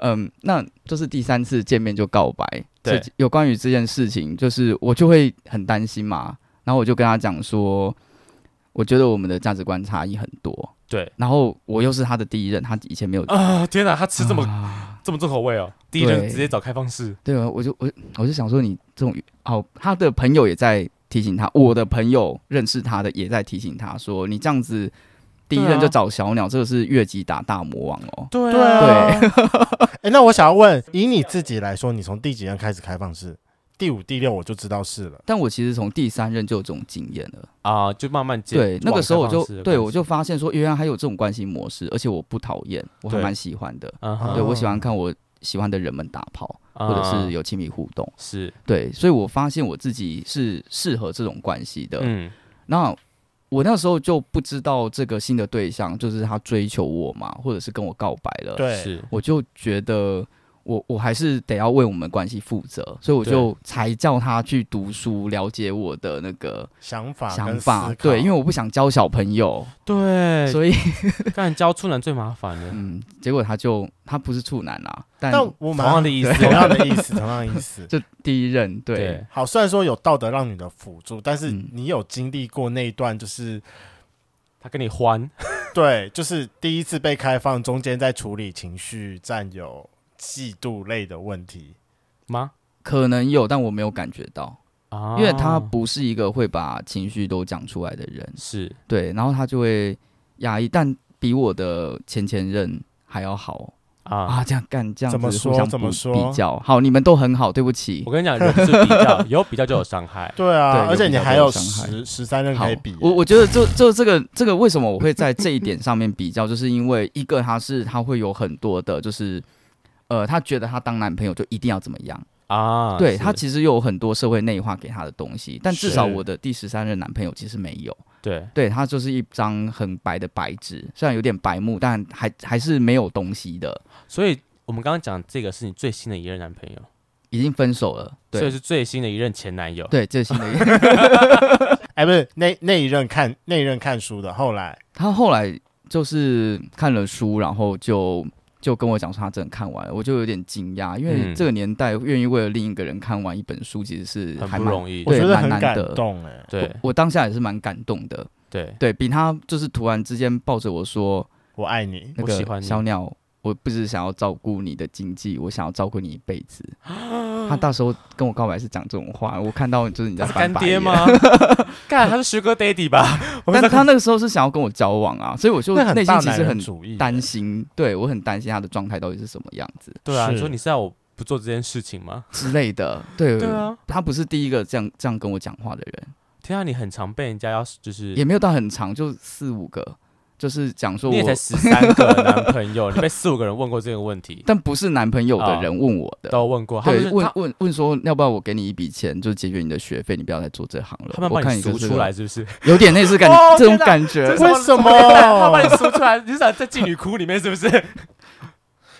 Speaker 3: 嗯，那就是第三次见面就告白。
Speaker 1: 对
Speaker 3: 所以有关于这件事情，就是我就会很担心嘛，然后我就跟他讲说，我觉得我们的价值观差异很多，
Speaker 1: 对。
Speaker 3: 然后我又是他的第一任，他以前没有
Speaker 1: 啊！天哪，他吃这么
Speaker 3: 啊
Speaker 1: 这么重口味哦！第一任
Speaker 3: 对
Speaker 1: 直接找开放式，
Speaker 3: 对啊，我就我我就想说你这种好，他的朋友也在提醒他，我的朋友认识他的也在提醒他说，你这样子第一
Speaker 1: 对
Speaker 3: 任
Speaker 1: 啊
Speaker 3: 就找小鸟，这个是越级打大魔王哦。
Speaker 1: 对
Speaker 2: 对啊， 哎，那我想要问，以你自己来说，你从第几任开始开放式？第五、第六我就知道是了。
Speaker 3: 但我其实从第三任就有这种经验了，
Speaker 1: 啊，就慢慢接
Speaker 3: 对，那个时候我就
Speaker 1: 往开放式的
Speaker 3: 对
Speaker 1: 关系
Speaker 3: 我就发现说，原来还有这种关系模式，而且我不讨厌，我还
Speaker 1: 对
Speaker 3: 蛮喜欢的，
Speaker 1: 嗯哼
Speaker 3: 对我喜欢看我喜欢的人们打炮，或者是
Speaker 1: 啊
Speaker 3: 有亲密互动，
Speaker 1: 是
Speaker 3: 对，所以我发现我自己是适合这种关系的，
Speaker 1: 嗯
Speaker 3: 那我那时候就不知道这个新的对象就是他追求我嘛，或者是跟我告白了，
Speaker 2: 对，
Speaker 1: 是
Speaker 3: 我就觉得我我还是得要为我们关系负责，所以我就才叫他去读书，了解我的那个
Speaker 2: 想法跟
Speaker 3: 想法
Speaker 2: 思。考
Speaker 3: 对，因为我不想教小朋友，
Speaker 1: 对，
Speaker 3: 所以
Speaker 1: 干教处男最麻烦的，
Speaker 3: 嗯，结果他就他不是处男啦，但
Speaker 2: 但我
Speaker 1: 同
Speaker 2: 蛮
Speaker 1: 样的意思，
Speaker 2: 同样的意思，同样的意思。
Speaker 3: 就第一任对。
Speaker 1: 对，
Speaker 2: 好，虽然说有道德让你的辅助，但是
Speaker 3: 嗯
Speaker 2: 你有经历过那一段，就是
Speaker 1: 他跟你欢，
Speaker 2: 对，就是第一次被开放，中间在处理情绪、占有、嫉妒类的问题。
Speaker 1: 吗？
Speaker 3: 可能有，但我没有感觉到，
Speaker 2: 哦
Speaker 1: 啊，
Speaker 3: 因为他不是一个会把情绪都讲出来的人，
Speaker 1: 是
Speaker 3: 对，然后他就会压抑，但比我的前前任还要好
Speaker 1: 啊。
Speaker 3: 啊！这样干这样
Speaker 2: 怎么
Speaker 3: 子
Speaker 2: 说
Speaker 3: 互相
Speaker 2: 怎
Speaker 3: 比
Speaker 2: 么说
Speaker 3: 比较好，你们都很好，对不起
Speaker 1: 我。跟你讲，人是比 较，有比较就有伤害。
Speaker 2: 对啊，
Speaker 3: 对
Speaker 2: 而且你
Speaker 3: 有比较
Speaker 2: 还
Speaker 3: 多
Speaker 2: 有
Speaker 3: 伤害
Speaker 2: 十十三任
Speaker 3: 好
Speaker 2: 可以比耶，
Speaker 3: 我我觉得就就这个这个为什么我会在这一点上面比较，就是因为一个他是他会有很多的，就是呃，他觉得他当男朋友就一定要怎么样，
Speaker 1: 啊，
Speaker 3: 对
Speaker 1: 是
Speaker 3: 他其实有很多社会内化给他的东西，但至少
Speaker 2: 是
Speaker 3: 我的第十三任男朋友其实没有。
Speaker 1: 对
Speaker 3: 对，它就是一张很白的白纸，虽然有点白目，但还还是没有东西的，
Speaker 1: 所以我们刚刚讲这个是你最新的一任男朋友，
Speaker 3: 已经分手了。
Speaker 1: 所以
Speaker 3: 对
Speaker 1: 是最新的一任前男友。
Speaker 3: 对，这是新的一。
Speaker 2: 哎，不是那那一任看那一任看书的，后来
Speaker 3: 他后来就是看了书，然后就就跟我讲说他真的看完了，我就有点惊讶，因为
Speaker 1: 嗯
Speaker 3: 这个年代愿意为了另一个人看完一本书，其实是
Speaker 1: 很
Speaker 3: 还
Speaker 1: 不
Speaker 3: 蛮
Speaker 1: 容易
Speaker 2: 我
Speaker 3: 对
Speaker 2: 觉得
Speaker 3: 蛮
Speaker 2: 很
Speaker 3: 难
Speaker 2: 感
Speaker 3: 得
Speaker 2: 动哎。
Speaker 1: 对
Speaker 3: 我当下也是蛮感动的，
Speaker 1: 对，
Speaker 3: 对比他就是突然之间抱着我说
Speaker 2: 我爱你，
Speaker 3: 那
Speaker 1: 我喜欢
Speaker 3: 个
Speaker 1: 你
Speaker 3: 小鸟，我不只想要照顾你的经济，我想要照顾你一辈 子。他到时候跟我告白是讲这种话，我看到就是你在
Speaker 1: 他是
Speaker 3: 翻
Speaker 1: 干
Speaker 3: 白
Speaker 1: 爹
Speaker 3: 眼。
Speaker 1: 吗？干，他是 Sugar Daddy 吧？我们
Speaker 3: 但
Speaker 1: 在
Speaker 3: 他那个时候是想要跟我交往啊，所以我就
Speaker 2: 那很
Speaker 3: 内
Speaker 2: 大
Speaker 3: 心其
Speaker 2: 男
Speaker 3: 实
Speaker 2: 人
Speaker 3: 很
Speaker 2: 主义耶，
Speaker 3: 担心，对我很担心他的状态到底是什么样子
Speaker 1: 对啊，
Speaker 2: 是
Speaker 1: 你说你是要我不做这件事情吗？
Speaker 3: 之类的。 对，
Speaker 1: 对啊，
Speaker 3: 他不是第一个这样这样跟我讲话的人，
Speaker 1: 天啊，你很常被人家要就是
Speaker 3: 也没有到很长，就四五个，就是讲说
Speaker 1: 你也才
Speaker 3: 我，
Speaker 1: 十三个男朋友，你被四五个人问过这个问题，
Speaker 3: 但不是男朋友的
Speaker 1: 啊
Speaker 3: 人问我的。
Speaker 1: 都问过，他们
Speaker 3: 对，
Speaker 1: 是
Speaker 3: 问
Speaker 1: 他
Speaker 3: 问问说，要不要我给你一笔钱，就是解决你的学费，你不要再做这行了。
Speaker 1: 他们
Speaker 3: 我
Speaker 1: 把
Speaker 3: 看
Speaker 1: 你
Speaker 3: 你就
Speaker 1: 赎
Speaker 3: 是
Speaker 1: 出来，是不是？
Speaker 3: 有点类似感
Speaker 1: 哦
Speaker 3: 这种
Speaker 1: 天哪
Speaker 3: 感觉。
Speaker 2: 为什么
Speaker 1: 他把你赎出来，你是想在妓女窟里面是不是？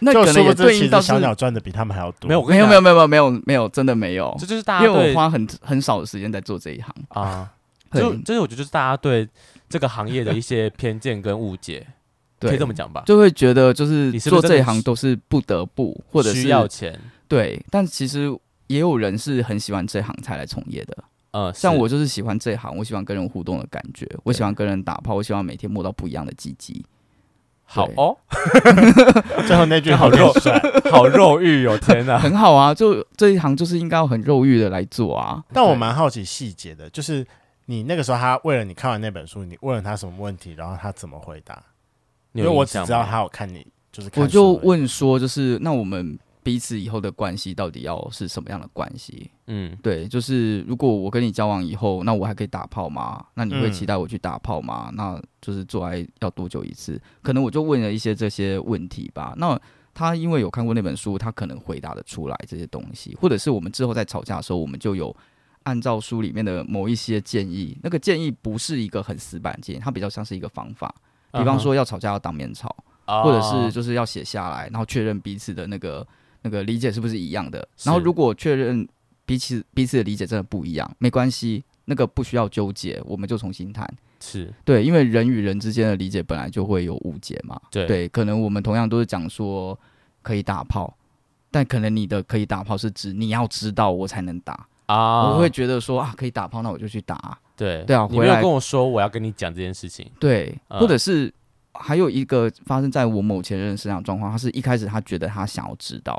Speaker 3: 那
Speaker 2: 就
Speaker 3: 可能
Speaker 2: 殊不
Speaker 3: 也
Speaker 2: 知
Speaker 3: 对
Speaker 2: 其
Speaker 3: 应到
Speaker 2: 实
Speaker 3: 是
Speaker 2: 小鸟赚的比他们还要多。
Speaker 1: 没有，我跟
Speaker 3: 没
Speaker 1: 你
Speaker 3: 有
Speaker 1: 讲
Speaker 3: 没有，没有没有没有真的没有
Speaker 1: 这，就是大
Speaker 3: 因
Speaker 1: 家
Speaker 3: 为
Speaker 1: 对
Speaker 3: 我花很很少的时间在做这一行。
Speaker 1: 啊，就
Speaker 3: 对
Speaker 1: 就是我觉得就是大家对这个行业的一些偏见跟误解，可以
Speaker 3: 对
Speaker 1: 这，么讲吧？
Speaker 3: 就会觉得就是
Speaker 1: 你是不是
Speaker 3: 做
Speaker 1: 真
Speaker 3: 这一
Speaker 1: 的
Speaker 3: 行
Speaker 1: 需
Speaker 3: 都是不得不，或者
Speaker 1: 需
Speaker 3: 是
Speaker 1: 要钱，
Speaker 3: 对，但其实也有人是很喜欢这行才来从业的。
Speaker 1: 呃，是
Speaker 3: 像我就是喜欢这行，我喜欢跟人互动的感觉，我喜欢跟人打炮，我喜欢每天摸到不一样的鸡鸡。
Speaker 1: 好
Speaker 3: 对
Speaker 1: 哦，
Speaker 2: 最后那句
Speaker 1: 好
Speaker 2: 好
Speaker 1: 肉
Speaker 2: 肉帅，
Speaker 1: 好肉欲 哦，天哪！
Speaker 3: 很好啊，就这一行就是应该要很肉欲的来做啊。
Speaker 2: 但我
Speaker 3: 对
Speaker 2: 蛮好奇细节的，就是你那个时候他为了你看完那本书，你问了他什么问题，然后他怎么回答？
Speaker 1: 你
Speaker 2: 因
Speaker 1: 有
Speaker 2: 为我
Speaker 1: 印
Speaker 2: 只
Speaker 1: 象
Speaker 2: 知道
Speaker 1: 吗
Speaker 2: 他有看你，就是看
Speaker 3: 我就
Speaker 2: 书而已
Speaker 3: 问说，就是那我们彼此以后的关系到底要是什么样的关系？
Speaker 1: 嗯，
Speaker 3: 对，就是如果我跟你交往以后，那我还可以打炮吗？那你会期待我去打炮吗？那就是做爱要多久一次？可能我就问了一些这些问题吧。那他因为有看过那本书，他可能回答得出来这些东西，或者是我们之后在吵架的时候，我们就有按照书里面的某一些建议。那个建议不是一个很死板的建议，它比较像是一个方法。比方说要吵架要当面吵，
Speaker 1: 嗯哼，
Speaker 3: 或者是
Speaker 1: 嗯啊
Speaker 3: 就是要写下来，然后确认彼此的那个那个理解是不是一样的。
Speaker 1: 是
Speaker 3: 然后如果确认彼此彼此的理解真的不一样，没关系，那个不需要纠结，我们就重新谈。
Speaker 1: 是
Speaker 3: 对，因为人与人之间的理解本来就会有误解嘛。
Speaker 1: 对
Speaker 3: 可能我们同样都是讲说可以打炮，但可能你的可以打炮是指你要知道我才能打，
Speaker 1: 啊，
Speaker 3: 我会觉得说啊可以打炮，那我就去打啊、
Speaker 1: 对
Speaker 3: 对啊
Speaker 1: 你
Speaker 3: 回
Speaker 1: 没有
Speaker 3: 来
Speaker 1: 跟我说我要跟你讲这件事情，
Speaker 3: 对，
Speaker 1: 呃
Speaker 2: 嗯
Speaker 3: 或者是还有一个发生在我某前任身上的状况，他是一开始他觉得他想要知道，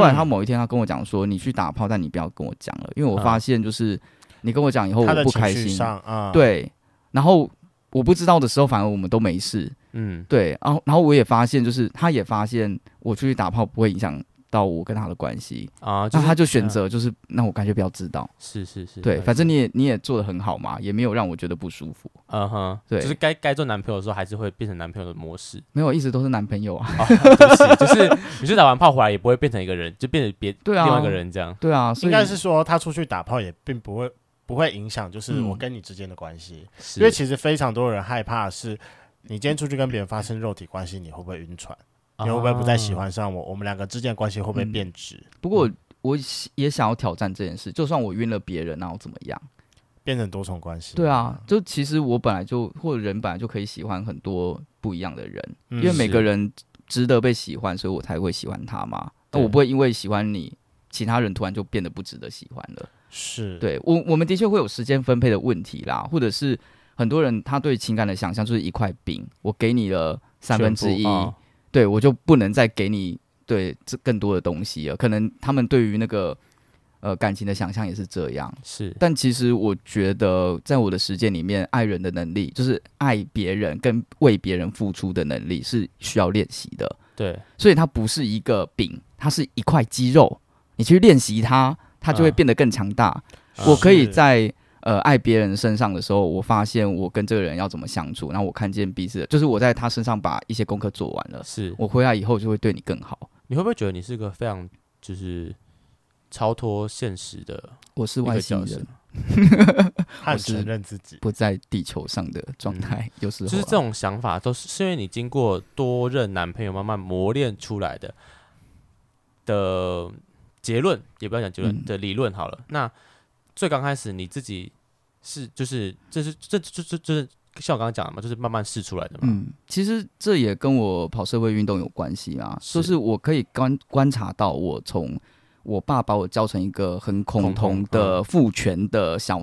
Speaker 2: 嗯
Speaker 3: 来他某一天他跟我讲说：“你去打炮，但你不要跟我讲了，因为我发现就是你跟我讲以后
Speaker 2: 他
Speaker 3: 我
Speaker 2: 的
Speaker 3: 不
Speaker 2: 情
Speaker 3: 开
Speaker 2: 绪
Speaker 3: 心。
Speaker 2: 上啊，嗯，
Speaker 3: 对，然后我不知道的时候，反而我们都没事。
Speaker 1: 嗯，
Speaker 3: 对，然后然后我也发现，就是他也发现我出去打炮不会影响到我跟他的关系，
Speaker 1: 啊，
Speaker 2: 哦
Speaker 1: 就
Speaker 3: 那
Speaker 1: 是
Speaker 3: 他就
Speaker 2: 嗯
Speaker 3: 选择就是、那我干脆不要知道。
Speaker 1: 是是是，
Speaker 3: 对，
Speaker 1: 了
Speaker 3: 反正
Speaker 1: 解
Speaker 3: 你也你也做的很好嘛，也没有让我觉得不舒服，
Speaker 1: 嗯哼，
Speaker 3: 对
Speaker 1: 就是该该做男朋友的时候还是会变成男朋友的模式，
Speaker 3: 没有一直都是男朋友啊。
Speaker 1: 啊，对不起，就是你去打完炮回来也不会变成一个人，就变成别
Speaker 3: 对啊
Speaker 1: 另外一个人这样。
Speaker 3: 对啊，
Speaker 2: 应
Speaker 3: 所以
Speaker 2: 该是说他出去打炮也并不会。不会影响，就是
Speaker 3: 嗯
Speaker 2: 我跟你之间的关系。
Speaker 1: 是
Speaker 2: 因为其实非常多人害怕的是，你今天出去跟别人发生肉体关系，你会不会晕船？你会不会不再喜？
Speaker 1: 啊
Speaker 2: 欢上我？我们两个之间的关系会不会
Speaker 3: 哦嗯
Speaker 2: 变质，
Speaker 3: 不过我也想要挑战这件事，就算我晕了别人，那又怎么样？
Speaker 2: 变成多重关系？
Speaker 3: 对啊，就其实我本来就或者人本来就可以喜欢很多不一样的人，
Speaker 2: 嗯，
Speaker 3: 因为每
Speaker 1: 是
Speaker 3: 个人值得被喜欢，所以我才会喜欢他嘛。那
Speaker 1: 对
Speaker 3: 我不会因为喜欢你，其他人突然就变得不值得喜欢了。
Speaker 2: 是，
Speaker 3: 对我，我们的确会有时间分配的问题啦，或者是很多人他对情感的想象就是一块饼，我给你了三分之一，
Speaker 1: 啊
Speaker 3: 对我就不能再给你对这更多的东西了。可能他们对于那个呃感情的想象也是这样，
Speaker 1: 是
Speaker 3: 但其实我觉得，在我的实践里面，爱人的能力，就是爱别人跟为别人付出的能力，是需要练习的。
Speaker 1: 对，
Speaker 3: 所以它不是一个饼，它是一块肌肉，你去练习它，它就会
Speaker 1: 嗯
Speaker 3: 变得更强大。
Speaker 1: 啊
Speaker 3: 我可以
Speaker 2: 是
Speaker 3: 在呃爱别人身上的时候，我发现我跟这个人要怎么相处，然后我看见彼此的，就是我在他身上把一些功课做完了，
Speaker 1: 是
Speaker 3: 我回来以后就会对你更好。
Speaker 1: 你会不会觉得你是个非常就是超脱现实的
Speaker 3: 我是
Speaker 1: 一
Speaker 3: 外
Speaker 1: 个
Speaker 3: 星
Speaker 1: 角色
Speaker 3: 人，？
Speaker 2: 和承认自己。
Speaker 3: 不在地球上的状态， 有时候、
Speaker 1: 嗯
Speaker 3: 啊
Speaker 1: 就是这，种想法都是是因为你经过多任男朋友慢慢磨练出来的的结论，也不要讲结论、
Speaker 3: 嗯
Speaker 1: 的理论好了。那最刚开始你自己是就是这是这这这这像我刚刚讲的嘛，就是慢慢试出来的嘛。
Speaker 3: 嗯，其实这也跟我跑社会运动有关系啊，
Speaker 1: 是
Speaker 3: 就是我可以观观察到我从。我爸把我教成一个很恐
Speaker 1: 恐同
Speaker 3: 同的父权的小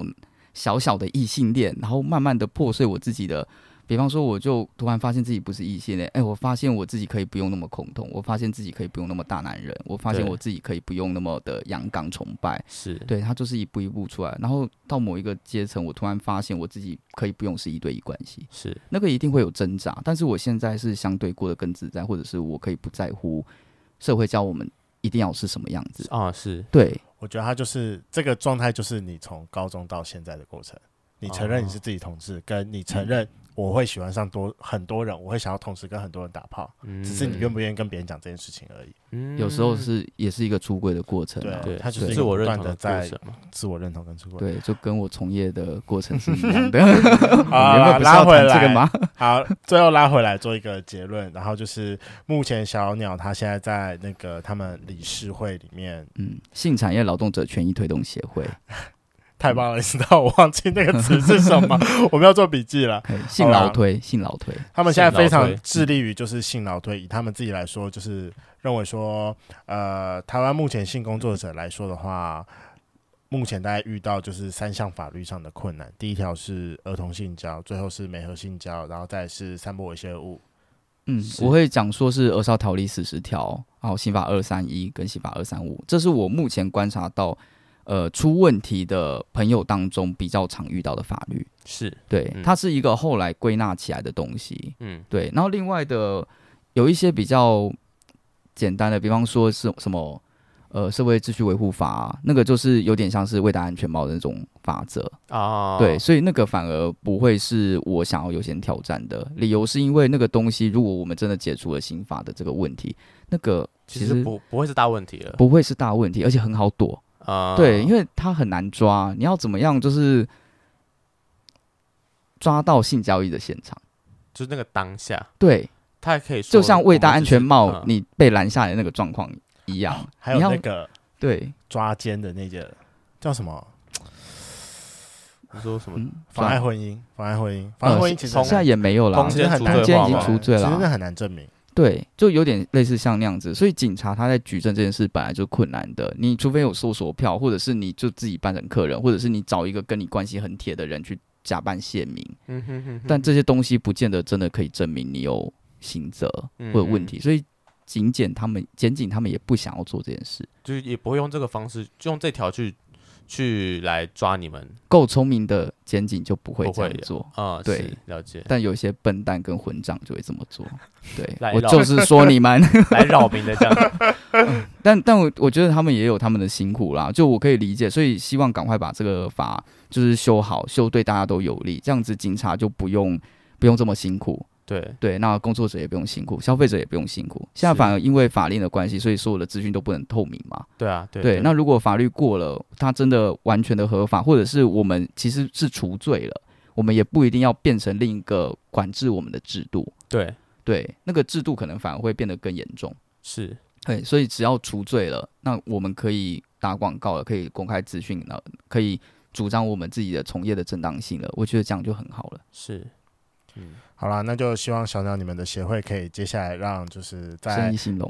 Speaker 3: 小小的异性恋，然后慢慢的破碎我自己的。比方说，我就突然发现自己不是异性恋，哎，我发现我自己可以不用那么恐同，我发现自己可以不用那么大男人，我发现
Speaker 1: 对
Speaker 3: 我自己可以不用那么的阳刚崇拜。
Speaker 1: 是
Speaker 3: 对他就是一步一步出来，然后到某一个阶层，我突然发现我自己可以不用是一对一关系，
Speaker 1: 是
Speaker 3: 那个一定会有挣扎，但是我现在是相对过得更自在，或者是我可以不在乎社会教我们一定要是什么样子。
Speaker 1: 啊是
Speaker 3: 对，
Speaker 2: 我觉得他就是这个状态，就是你从高中到现在的过程。你承认你
Speaker 3: 哦
Speaker 2: 是自己同志，跟你
Speaker 3: 嗯
Speaker 2: 承认我会喜欢上多很多人，我会想要同时跟很多人打炮，
Speaker 1: 嗯
Speaker 2: 只是你愿不愿意跟别人讲这件事情而已。
Speaker 1: 嗯
Speaker 3: 有时候是也是一个出柜的过程、啊。
Speaker 1: 对，
Speaker 2: 它就是一个
Speaker 1: 自我
Speaker 2: 不
Speaker 1: 认
Speaker 2: 断
Speaker 1: 同
Speaker 2: 地
Speaker 1: 的
Speaker 2: 在
Speaker 1: 过程嘛。
Speaker 2: 自我认同跟出轨。
Speaker 3: 对，就跟我从业的过程 是一样的。我原本不是
Speaker 2: 拉
Speaker 3: 要
Speaker 2: 回
Speaker 3: 谈
Speaker 2: 来
Speaker 3: 这个吗？
Speaker 2: 好，最后拉回来做一个结论，然后就是目前小鸟它现在在那个他们理事会里面，
Speaker 3: 嗯，性产业劳动者权益推动协会，
Speaker 2: 太棒了，你知道我忘记那个词是什么，
Speaker 3: 嗯
Speaker 2: 我们要做笔记了。
Speaker 3: 嘿性
Speaker 2: 好啦
Speaker 3: 劳推，性劳推，
Speaker 2: 他们现在非常
Speaker 1: 性劳退
Speaker 2: 致力于就是性劳推，以他们自己来说，就是认为说，呃，台湾目前性工作者来说的话，目前大概遇到就是三项法律上的困难，第一条是儿童性交，最后是媒合性交，然后再是散播猥亵物。
Speaker 3: 嗯，
Speaker 1: 是
Speaker 3: 我会讲说是《儿少条例》四十条，然后刑法二三一跟刑法二三五，这是我目前观察到，呃，出问题的朋友当中比较常遇到的法律。
Speaker 1: 是
Speaker 3: 对，
Speaker 1: 嗯
Speaker 3: 它是一个后来归纳起来的东西。
Speaker 1: 嗯
Speaker 3: 对，然后另外的有一些比较简单的，比方说是什么呃社会秩序维护法、啊那个就是有点像是未戴安全帽的那种法则。
Speaker 1: 啊
Speaker 3: 对，所以那个反而不会是我想要优先挑战的理由，是因为那个东西，如果我们真的解除了刑法的这个问题，那个
Speaker 1: 其
Speaker 3: 其
Speaker 1: 实
Speaker 3: 实
Speaker 1: 不不会是大问题了
Speaker 3: 不会是大问题，而且很好躲。
Speaker 1: 啊。
Speaker 3: 对，因为它很难抓，你要怎么样就是抓到性交易的现场。
Speaker 1: 就是那个当下，
Speaker 3: 对，
Speaker 1: 他还可以说
Speaker 3: 就像
Speaker 1: 我
Speaker 3: 未
Speaker 1: 们
Speaker 3: 戴
Speaker 1: 只
Speaker 3: 安全
Speaker 1: 是
Speaker 3: 帽、
Speaker 1: 嗯
Speaker 3: 你被拦下来的那个状况一样。
Speaker 2: 还有
Speaker 3: 你要
Speaker 2: 那个
Speaker 3: 对，
Speaker 2: 抓奸的那个叫什么？
Speaker 1: 你说什么？
Speaker 3: 嗯，
Speaker 2: 妨
Speaker 3: 抓
Speaker 2: 碍婚姻，妨碍婚姻，妨碍婚姻其实
Speaker 1: 通
Speaker 3: 呃现在也没有啦，啊
Speaker 1: 通
Speaker 2: 其实很难
Speaker 1: 通奸已经
Speaker 3: 除罪了啊
Speaker 2: 其实那很难证明。
Speaker 3: 对，就有点类似像那样子，所以警察他在举证这件事本来就困难的，你除非有搜索票，或者是你就自己扮成客人，或者是你找一个跟你关系很铁的人去假扮县民，
Speaker 1: 嗯哼哼哼
Speaker 3: 但这些东西不见得真的可以证明你有刑责
Speaker 1: 嗯
Speaker 3: 或者问题，所以警检他们检警他们也不想要做这件事。
Speaker 1: 就是也不会用这个方式，就用这条去去来抓你们
Speaker 3: 够聪明的检警就不会
Speaker 1: 不
Speaker 3: 这
Speaker 1: 会
Speaker 3: 样做，
Speaker 1: 啊、
Speaker 3: 对
Speaker 1: 是，了解
Speaker 3: 但有一些笨蛋跟混账就会这么做。对
Speaker 1: 来
Speaker 3: 我
Speaker 1: 老
Speaker 3: 就是说你们。
Speaker 1: 来扰民的这样 子。
Speaker 3: 但但我我觉得他们也有他们的辛苦啦，就我可以理解，所以希望赶快把这个法就是修好，修对大家都有利，这样子警察就不用不用这么辛苦。
Speaker 1: 对，
Speaker 3: 对，那工作者也不用辛苦，消费者也不用辛苦。现在
Speaker 1: 是
Speaker 3: 反而因为法令的关系，所以所有的资讯都不能透明嘛。
Speaker 1: 对啊，对，
Speaker 3: 对，那如果法律过了，它真的完全的合法，或者是我们其实是除罪了，我们也不一定要变成另一个管制我们的制度。
Speaker 1: 对
Speaker 3: 对，那个制度可能反而会变得更严重。
Speaker 1: 是，
Speaker 3: 对，所以只要除罪了，那我们可以打广告了，可以公开资讯了，可以主张我们自己的从业的正当性了。我觉得这样就很好了。
Speaker 1: 是，嗯，
Speaker 2: 好啦，那就希望小鸟你们的协会可以接下来让就是在
Speaker 3: 生意兴隆，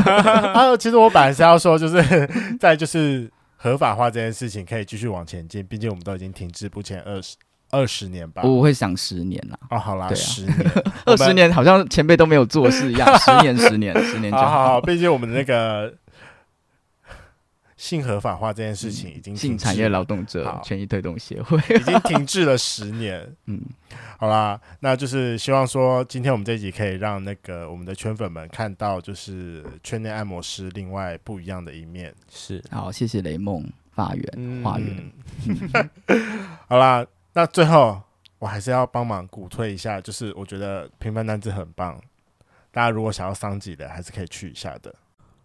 Speaker 2: 啊，其实我本来是要说，就是 在就是合法化这件事情可以继续往前进，毕竟我们都已经停滞不前二十二十年吧。
Speaker 3: 我会想十年啦，
Speaker 2: 哦，好啦，
Speaker 3: 哦对啊
Speaker 2: 十年，我
Speaker 3: 二
Speaker 2: 们
Speaker 3: 十年好像前辈都没有做事 一样，十年十年十年就
Speaker 2: 好好
Speaker 3: 好。
Speaker 2: 好，毕竟我们的那 个性合法化这件事情已经停
Speaker 3: 性
Speaker 2: 滞
Speaker 3: 产业劳动者
Speaker 2: 好
Speaker 3: 权益推动 协会，
Speaker 2: 已经停滞了十年。
Speaker 3: 嗯，
Speaker 2: 好啦，那就是希望说，今天我们这一集可以让那个我们的圈粉们看到，就是圈内按摩师另外不一样的一面。
Speaker 1: 是，
Speaker 3: 好，谢谢雷梦发源。
Speaker 1: 嗯
Speaker 3: 花园
Speaker 2: 嗯， 好啦，那最后我还是要帮忙鼓吹一下，就是我觉得平凡男子很棒，大家如果想要桑吉的，还是可以去一下的。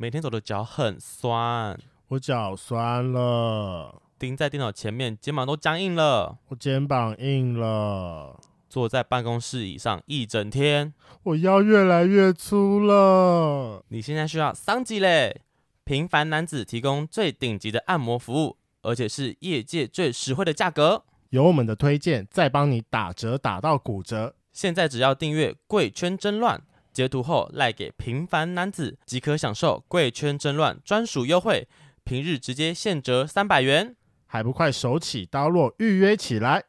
Speaker 1: 每天走的脚很酸，
Speaker 2: 我脚酸了。
Speaker 1: 盯在电脑前面，肩膀都僵硬了。
Speaker 2: 我肩膀硬了，
Speaker 1: 坐在办公室椅上一整天，
Speaker 2: 我腰越来越粗了。
Speaker 1: 你现在需要桑吉嘞！平凡男子提供最顶级的按摩服务，而且是业界最实惠的价格。
Speaker 2: 有我们的推荐，再帮你打折打到骨折。
Speaker 1: 现在只要订阅“贵圈争乱”，截图后赖给平凡男子，即可享受“贵圈争乱”专属优惠，平日直接现折三百元。
Speaker 2: 还不快手起刀落预约起来！